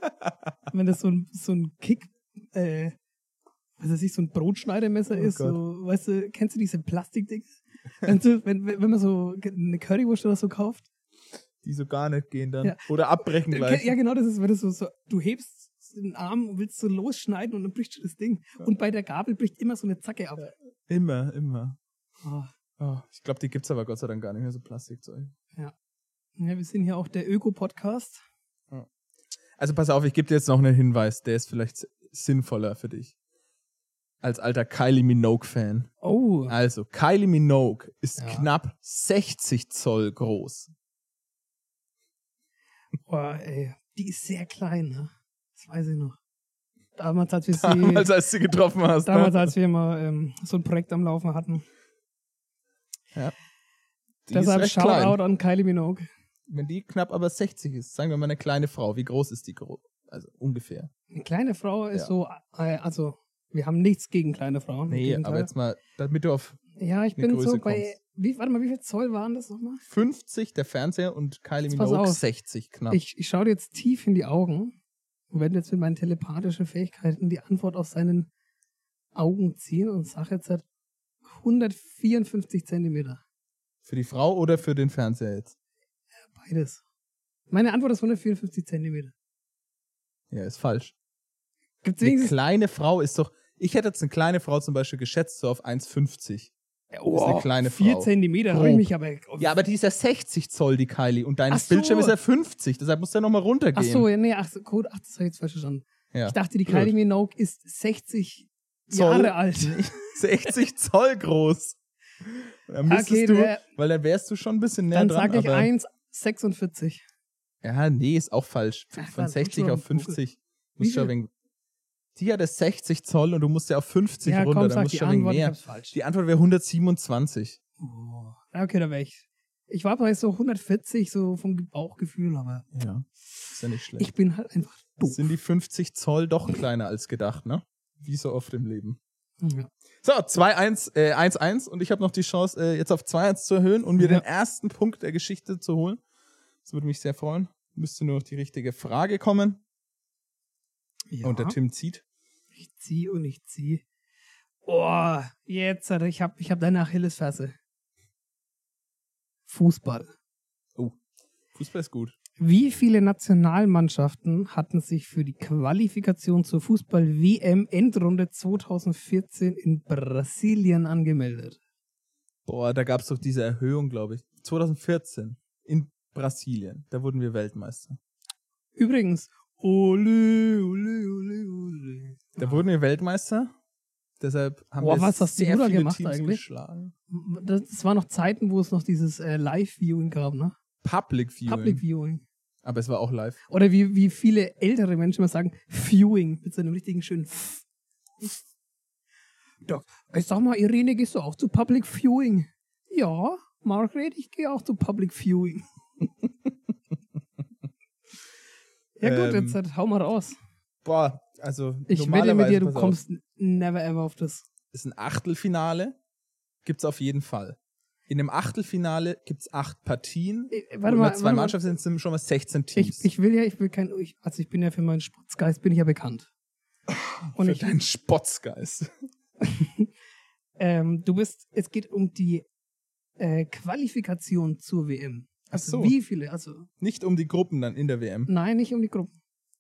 S1: wenn das so ein, so ein Kick, äh, was weiß ich, so ein Brotschneidemesser
S2: Oh
S1: ist,
S2: Gott.
S1: so, weißt du, kennst du diese Plastikdinger? Wenn, du, wenn, wenn wenn man so eine Currywurst oder so kauft.
S2: Die so gar nicht gehen dann.
S1: Ja.
S2: Oder abbrechen gleich.
S1: Ja, genau, das ist, wenn du so, so, du hebst den Arm und willst so losschneiden und dann bricht schon das Ding. Und bei der Gabel bricht immer so eine Zacke ab.
S2: Immer, immer.
S1: Ah.
S2: Oh, ich glaube, die gibt's aber Gott sei Dank gar nicht mehr, so Plastikzeug.
S1: Ja, wir sind hier auch der Öko-Podcast.
S2: Also pass auf, ich gebe dir jetzt noch einen Hinweis, der ist vielleicht sinnvoller für dich. Als alter Kylie Minogue-Fan.
S1: Oh.
S2: Also, Kylie Minogue ist
S1: Ja.
S2: knapp 60 Zoll groß.
S1: Boah, ey, die ist sehr klein, ne? Das weiß ich noch. Damals,
S2: [LAUGHS]
S1: als wir sie,
S2: Damals,
S1: damals,
S2: als du sie getroffen hast. ne?
S1: als wir mal ähm, so ein Projekt am Laufen hatten.
S2: die
S1: Deshalb
S2: ist recht
S1: Shoutout
S2: klein.
S1: an Kylie Minogue.
S2: Wenn die knapp aber 60 ist, sagen wir mal eine kleine Frau, wie groß ist die groß? Also ungefähr.
S1: Eine kleine Frau ist
S2: Ja.
S1: so, äh, also wir haben nichts gegen kleine Frauen. im
S2: Nee,
S1: Gegenteil.
S2: aber jetzt mal, damit du auf
S1: ja, ich
S2: eine
S1: bin so
S2: Größe
S1: bei, wie, warte mal, wie viel Zoll waren das nochmal?
S2: 50 der Fernseher und Kylie
S1: Jetzt pass
S2: Minogue
S1: auf.
S2: 60 knapp.
S1: Ich, ich schaue dir jetzt tief in die Augen und werde jetzt mit meinen telepathischen Fähigkeiten die Antwort aus seinen Augen ziehen und sage jetzt halt 154 Zentimeter.
S2: für die Frau oder für den Fernseher jetzt?
S1: Beides. Meine Antwort ist 154 Zentimeter.
S2: Ja, ist falsch.
S1: Gibt's
S2: Eine
S1: wenigstens.
S2: kleine Frau ist doch. Ich hätte jetzt eine kleine Frau zum Beispiel geschätzt, so auf 1,50. ist eine kleine
S1: Oh, Vier
S2: Frau.
S1: Zentimeter,
S2: Grob.
S1: hab ich mich aber.
S2: Ja, aber die ist ja 60 Zoll, die Kylie. Und dein
S1: Ach so.
S2: Bildschirm ist ja 50. Deshalb muss der nochmal
S1: ach
S2: runtergehen.
S1: so, ja, nee, ach, so, gut, ach, das habe ich jetzt falsch verstanden.
S2: Ja.
S1: Ich dachte, die
S2: Blöd.
S1: Kylie Minogue ist 60
S2: Zoll.
S1: Jahre
S2: [LAUGHS]
S1: alt.
S2: 60 Zoll groß. Dann müsstest
S1: Okay,
S2: du,
S1: der-
S2: weil dann wärst du schon ein bisschen näher
S1: Dann
S2: dran.
S1: sage ich
S2: aber,
S1: 1,46.
S2: Ja, nee, ist auch falsch.
S1: Ach,
S2: Von
S1: dann
S2: 60
S1: schon
S2: auf
S1: Google.
S2: 50.
S1: Wie
S2: Muss schon
S1: viel?
S2: wegen Die hat es 60 Zoll und du musst ja auf 50
S1: ja,
S2: runter.
S1: komm,
S2: da
S1: sag
S2: musst
S1: die
S2: schon wegen
S1: Antwort, ich
S2: mehr.
S1: hab's falsch.
S2: Die Antwort wäre 127.
S1: Oh. Ja, Okay, da wäre ich. Ich war bei so 140, so vom Ge- Bauchgefühl, aber
S2: Ja. Ist ja nicht schlecht.
S1: ich bin halt einfach doof.
S2: Sind die 50 Zoll doch kleiner als gedacht, ne? Wie so oft im Leben.
S1: Ja.
S2: So, 2-1, äh, 1-1 und ich habe noch die Chance, äh, jetzt auf 2-1 zu erhöhen und mir
S1: Ja.
S2: den ersten Punkt der Geschichte zu holen. Das würde mich sehr freuen. Müsste nur noch die richtige Frage kommen
S1: Ja.
S2: und der Tim zieht.
S1: Ich zieh und ich zieh. Oh, jetzt, Alter, ich hab, ich hab deine Achillesferse. Fußball.
S2: Oh, Fußball ist gut.
S1: Wie viele Nationalmannschaften hatten sich für die Qualifikation zur Fußball-WM Endrunde 2014 in Brasilien angemeldet?
S2: Boah, da gab's doch diese Erhöhung, glaube ich. 2014 in Brasilien. Da wurden wir Weltmeister.
S1: Übrigens, ole, ole, ole, ole.
S2: Da wurden wir Weltmeister. Deshalb haben
S1: Ah. Boah,
S2: wir
S1: was hast du
S2: sehr
S1: da
S2: viele
S1: gemacht
S2: Teams
S1: eigentlich?
S2: geschlagen.
S1: Das, das waren noch Zeiten, wo es noch dieses äh, Live-Viewing gab, ne?
S2: Public Viewing.
S1: Public-Viewing.
S2: Aber es war auch live.
S1: Oder wie, wie viele ältere Menschen immer sagen, Viewing, mit so einem richtigen schönen F. Doch, ich sag mal, Irene, gehst du auch zu Public Viewing? Ja, Margret, ich gehe auch zu Public Viewing. [LAUGHS] ja gut,
S2: Ähm,
S1: jetzt halt, hau mal raus.
S2: Boah, also
S1: Ich wette
S2: normalerweise,
S1: mit dir, du
S2: pass auf.
S1: kommst never ever auf das.
S2: ist ein Achtelfinale, gibt's auf jeden Fall. In dem Achtelfinale gibt's acht Partien.
S1: Äh, Warte
S2: Und mit
S1: mal,
S2: zwei
S1: warte mal.
S2: Mannschaften sind schon mal 16 Teams.
S1: Ich, ich will ja, ich will kein, ich, also ich bin ja für meinen Sportsgeist, bin ich ja
S2: [LAUGHS]
S1: bekannt. Und
S2: Für
S1: ich,
S2: deinen Spotzgeist.
S1: Ähm, du bist, es geht um die äh, Qualifikation zur WM. Also
S2: Ach so.
S1: wie viele, also
S2: Nicht um die Gruppen dann in der WM.
S1: nein, nicht um die Gruppen.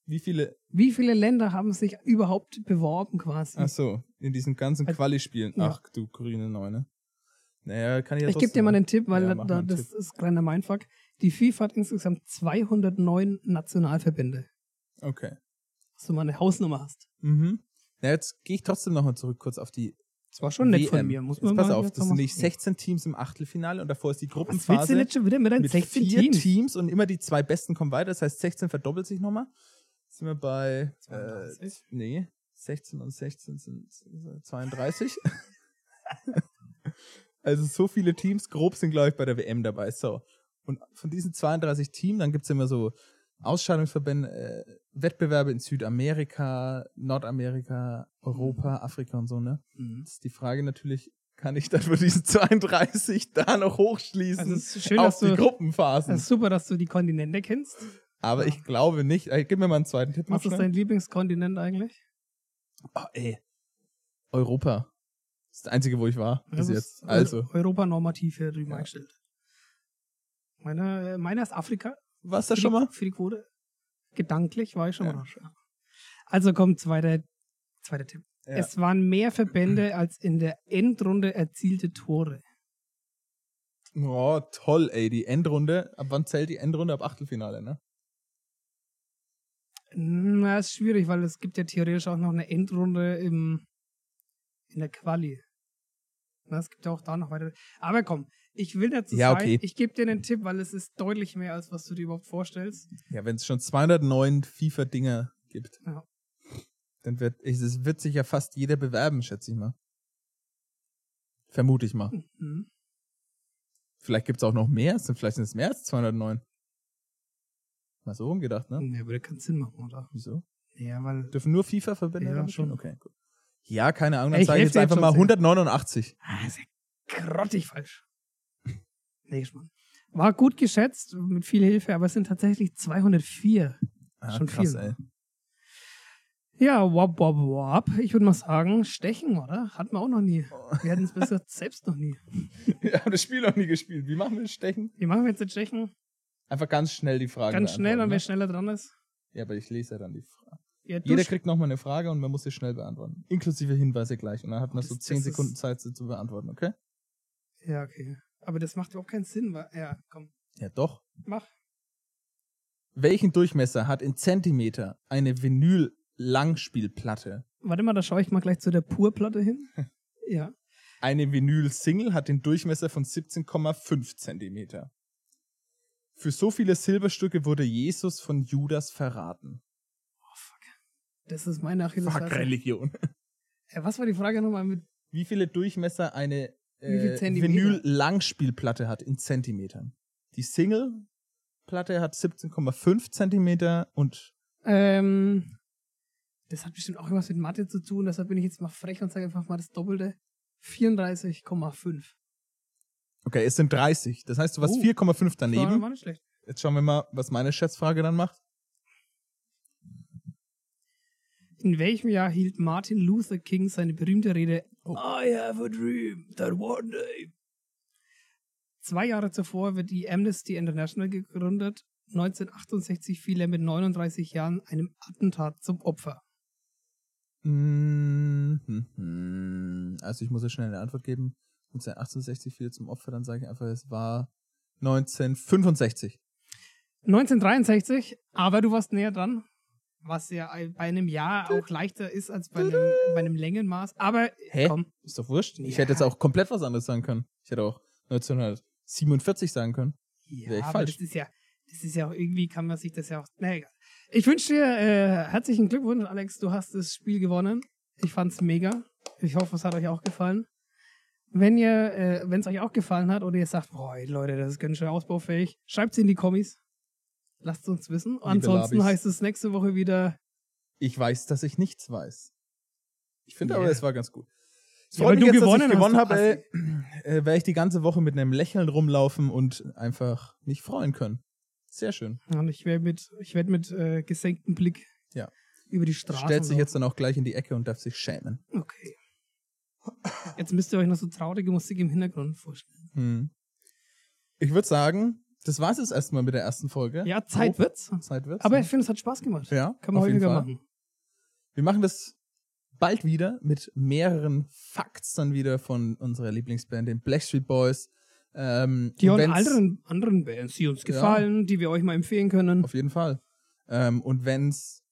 S2: Wie viele?
S1: Wie viele Länder haben sich überhaupt beworben quasi?
S2: Ach so, in diesen ganzen
S1: Also,
S2: Quali-Spielen.
S1: ja.
S2: Ach du grüne Neune. Naja, kann ich ja
S1: ich gebe dir
S2: trotzdem
S1: mal
S2: machen.
S1: einen Tipp, weil
S2: Ja,
S1: da,
S2: mach mal
S1: da,
S2: einen
S1: das ist kleiner Mindfuck. Die FIFA hat insgesamt 209 Nationalverbände.
S2: Okay.
S1: Dass du mal eine Hausnummer hast.
S2: Mhm. Na, jetzt gehe ich trotzdem nochmal zurück kurz auf die
S1: Das war schon nett
S2: WM.
S1: von mir, muss
S2: jetzt
S1: man
S2: pass
S1: mal
S2: auf,
S1: jetzt
S2: das
S1: mal
S2: sind nicht
S1: sagen.
S2: 16 Teams im Achtelfinale und davor ist die
S1: Was willst du
S2: Gruppenphase.
S1: denn jetzt schon wieder mit deinen
S2: mit
S1: 16
S2: vier
S1: Teams?
S2: Teams. und immer die zwei besten kommen weiter. Das heißt, 16 verdoppelt sich nochmal. Sind wir bei äh,
S1: 32?
S2: nee, 16 und 16 sind äh, 32. [LAUGHS] also so viele Teams grob sind, glaube ich, bei der WM dabei. So. Und von diesen 32 Teams, dann gibt's immer so Ausscheidungsverbände, äh, Wettbewerbe in Südamerika, Nordamerika, Europa, Afrika und so, ne?
S1: Mhm.
S2: Jetzt ist die Frage natürlich, kann ich dann von diesen 32 da noch hochschließen?
S1: Also es ist schön,
S2: auf
S1: dass
S2: die
S1: du,
S2: Gruppenphasen.
S1: das ist super, dass du die Kontinente kennst.
S2: Aber ich glaube nicht. Ey, gib mir mal einen zweiten Tipp. noch
S1: Was ist
S2: schnell.
S1: dein Lieblingskontinent eigentlich?
S2: Oh, ey. Europa. Das ist das einzige, wo ich war
S1: Das
S2: bis jetzt.
S1: ist
S2: Also,
S1: Eu- Europa-normativ hier drüben
S2: Ja.
S1: eingestellt. Meiner, äh, meiner ist Afrika.
S2: warst
S1: für
S2: du
S1: die-
S2: schon mal?
S1: Für die Quote. Gedanklich war ich schon
S2: Ja.
S1: mal. raus, ja. Also kommt zweiter, zweiter Tipp.
S2: Ja.
S1: Es waren mehr
S2: [CLEARS THROAT]
S1: Verbände als in der Endrunde erzielte Tore.
S2: Oh, toll, ey. Die Endrunde. Ab wann zählt die Endrunde? Ab Achtelfinale, ne?
S1: Na, Hm, ist schwierig, weil es gibt ja theoretisch auch noch eine Endrunde im, in der Quali. Na, es gibt ja auch da noch weitere. Aber komm, ich will dazu
S2: Ja,
S1: sein,
S2: okay.
S1: ich gebe dir einen Tipp, weil es ist deutlich mehr, als was du dir überhaupt vorstellst.
S2: Ja, wenn es schon 209 FIFA-Dinger gibt,
S1: Ja.
S2: dann wird, es es wird sich ja fast jeder bewerben, schätze ich mal. Vermute ich mal.
S1: Mhm.
S2: Vielleicht gibt's auch noch mehr. Es sind- Vielleicht sind es mehr als 209. Mal so rumgedacht, ne?
S1: Ja, würde keinen Sinn machen, oder?
S2: Wieso?
S1: Ja, weil.
S2: Dürfen nur FIFA-Verbände?
S1: Ja,
S2: damit
S1: schon.
S2: spielen? Okay, gut. Ja, keine Ahnung. Dann
S1: Ey, ich
S2: sage ich
S1: helf
S2: jetzt
S1: dir jetzt
S2: einfach
S1: schon
S2: mal
S1: sehr.
S2: 189.
S1: Ah, ist ja grottig
S2: [LAUGHS]
S1: falsch. Nee, Mann. War gut geschätzt, mit viel Hilfe, aber es sind tatsächlich 204.
S2: Ah,
S1: Schon
S2: krass,
S1: viel.
S2: ey.
S1: [LAUGHS] Ja, wop, wop, wop. Ich würde mal sagen, stechen, oder? Hatten wir auch noch nie.
S2: Oh.
S1: Wir hatten es bisher
S2: [LAUGHS]
S1: selbst noch nie.
S2: Wir haben das Spiel noch nie gespielt. Wie machen wir das Stechen?
S1: Wie machen wir jetzt den Stechen?
S2: Einfach ganz schnell die Frage.
S1: Ganz schnell, und
S2: beantworten,
S1: wer
S2: ne?
S1: schneller dran ist.
S2: Ja, aber ich lese ja dann die Frage.
S1: Ja, du
S2: Jeder
S1: sch-
S2: kriegt nochmal eine Frage und man muss sie schnell beantworten. Inklusive Hinweise gleich. Und dann hat man
S1: Das-
S2: so 10
S1: das ist-
S2: Sekunden Zeit, sie zu beantworten, okay?
S1: ja, okay. Aber das macht überhaupt keinen Sinn. Weil, ja, komm,
S2: Ja, doch.
S1: mach.
S2: Welchen Durchmesser hat in Zentimeter eine Vinyl-Langspielplatte?
S1: Warte mal, da schaue ich mal gleich zu der Purplatte
S2: [LAUGHS]
S1: hin. Ja.
S2: Eine Vinyl-Single hat den Durchmesser von 17,5 Zentimeter. Für so viele Silberstücke wurde Jesus von Judas verraten.
S1: Oh, fuck. Das ist meine
S2: Fuck
S1: Achillesferse.
S2: Religion.
S1: Äh, was war die Frage nochmal mit
S2: Wie viele Durchmesser eine
S1: Wie viel
S2: äh,
S1: Zentimeter?
S2: Vinyl-Langspielplatte hat in Zentimetern? Die Single-Platte hat 17,5 Zentimeter und
S1: Ähm, das hat bestimmt auch irgendwas mit Mathe zu tun, deshalb bin ich jetzt mal frech und sage einfach mal das Doppelte. 34,5.
S2: okay, es sind 30. Das heißt, du warst
S1: Oh.
S2: 4,5
S1: War,
S2: daneben.
S1: war nicht schlecht.
S2: Jetzt schauen wir mal, was meine Schätzfrage dann macht.
S1: In welchem Jahr hielt Martin Luther King seine berühmte Rede oh, I have a dream that one day. Zwei Jahre zuvor wird die Amnesty International gegründet. 1968 fiel er mit 39 Jahren einem Attentat zum Opfer.
S2: Mhm. Also ich muss jetzt schnell eine Antwort geben. Und 1860 fiel zum Opfer, dann sage ich einfach, es war 1965.
S1: 1963, aber du warst näher dran, was ja ein- bei einem Jahr auch leichter ist als bei einem, bei einem Längenmaß. Aber
S2: Hä?
S1: komm,
S2: Ist doch wurscht. Ich
S1: Ja.
S2: hätte jetzt auch komplett was anderes sagen können. Ich hätte auch 1947 sagen können. Wäre ich
S1: ja, aber
S2: falsch.
S1: das ist ja, das ist ja auch irgendwie, kann man sich das ja auch. Na egal. Ich wünsche dir äh, herzlichen Glückwunsch, Alex. Du hast das Spiel gewonnen. Ich fand's mega. Ich hoffe, es hat euch auch gefallen. Wenn ihr, äh, wenn es euch auch gefallen hat oder ihr sagt, boah, Leute, das ist ganz schön ausbaufähig, schreibt's in die Kommis. Lasst uns wissen. Ansonsten
S2: Labis.
S1: heißt es nächste Woche wieder
S2: Ich weiß, dass ich nichts weiß. Ich finde
S1: Yeah.
S2: aber, es war ganz gut. Es
S1: Ja,
S2: freut
S1: weil
S2: mich
S1: du
S2: jetzt, dass
S1: gewonnen
S2: ich gewonnen
S1: hast, du
S2: habe, äh, äh, werde ich die ganze Woche mit einem Lächeln rumlaufen und einfach mich freuen können. Sehr schön.
S1: Ja, Und ich werde mit, ich werd mit äh, gesenktem Blick
S2: Ja.
S1: über die Straße.
S2: Stellt sich jetzt dann auch gleich in die Ecke und darf sich schämen.
S1: Okay. Jetzt müsst ihr euch noch so traurige Musik im Hintergrund vorstellen.
S2: Hm. Ich würde sagen, das war's jetzt erstmal mit der ersten Folge.
S1: Ja, Zeit wird's.
S2: Zeit wird's.
S1: Aber ich finde, es hat Spaß gemacht.
S2: Oh. ja,
S1: Kann man
S2: auf jeden
S1: häufiger
S2: Fall.
S1: machen.
S2: Wir machen das bald wieder mit mehreren Facts dann wieder von unserer Lieblingsband, den Blackstreet Boys. Ähm,
S1: Die
S2: und
S1: auch in
S2: wenn's-
S1: anderen, anderen Bands, die uns
S2: Ja.
S1: gefallen, die wir euch mal empfehlen können.
S2: Auf jeden Fall. Ähm, und wenn's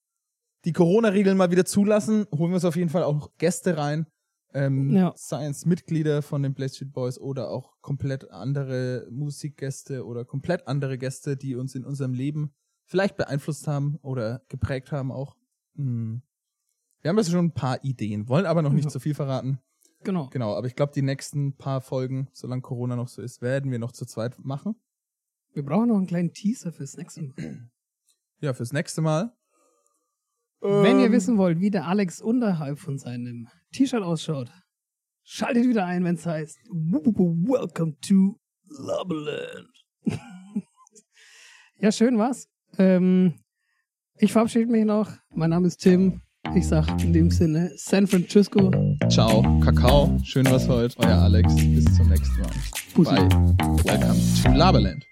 S2: die Corona-Regeln mal wieder zulassen, holen wir uns auf jeden Fall auch Gäste rein. Ähm,
S1: Ja.
S2: Seien es Mitglieder von den Blackstreet Boys oder auch komplett andere Musikgäste oder komplett andere Gäste, die uns in unserem Leben vielleicht beeinflusst haben oder geprägt haben auch. Hm. Wir haben jetzt schon ein paar Ideen, wollen aber noch nicht
S1: Ja.
S2: zu viel verraten.
S1: Genau.
S2: Genau, aber ich glaube, die nächsten paar Folgen, solange Corona noch so ist, werden wir noch zu zweit machen.
S1: Wir brauchen noch einen kleinen Teaser fürs nächste Mal.
S2: Ja, fürs nächste Mal.
S1: Wenn ihr
S2: Ähm,
S1: wissen wollt, wie der Alex unterhalb von seinem T-Shirt ausschaut, schaltet wieder ein, wenn es heißt Welcome to Lobland. [LAUGHS] ja, schön war's. Ähm, ich verabschiede mich noch. Mein Name ist Tim. Ich sag in dem Sinne San Francisco.
S2: Ciao, Kakao. Schön was heute. Euer Alex. Bis zum nächsten Mal.
S1: Pussy.
S2: Bye. Welcome to Laberland.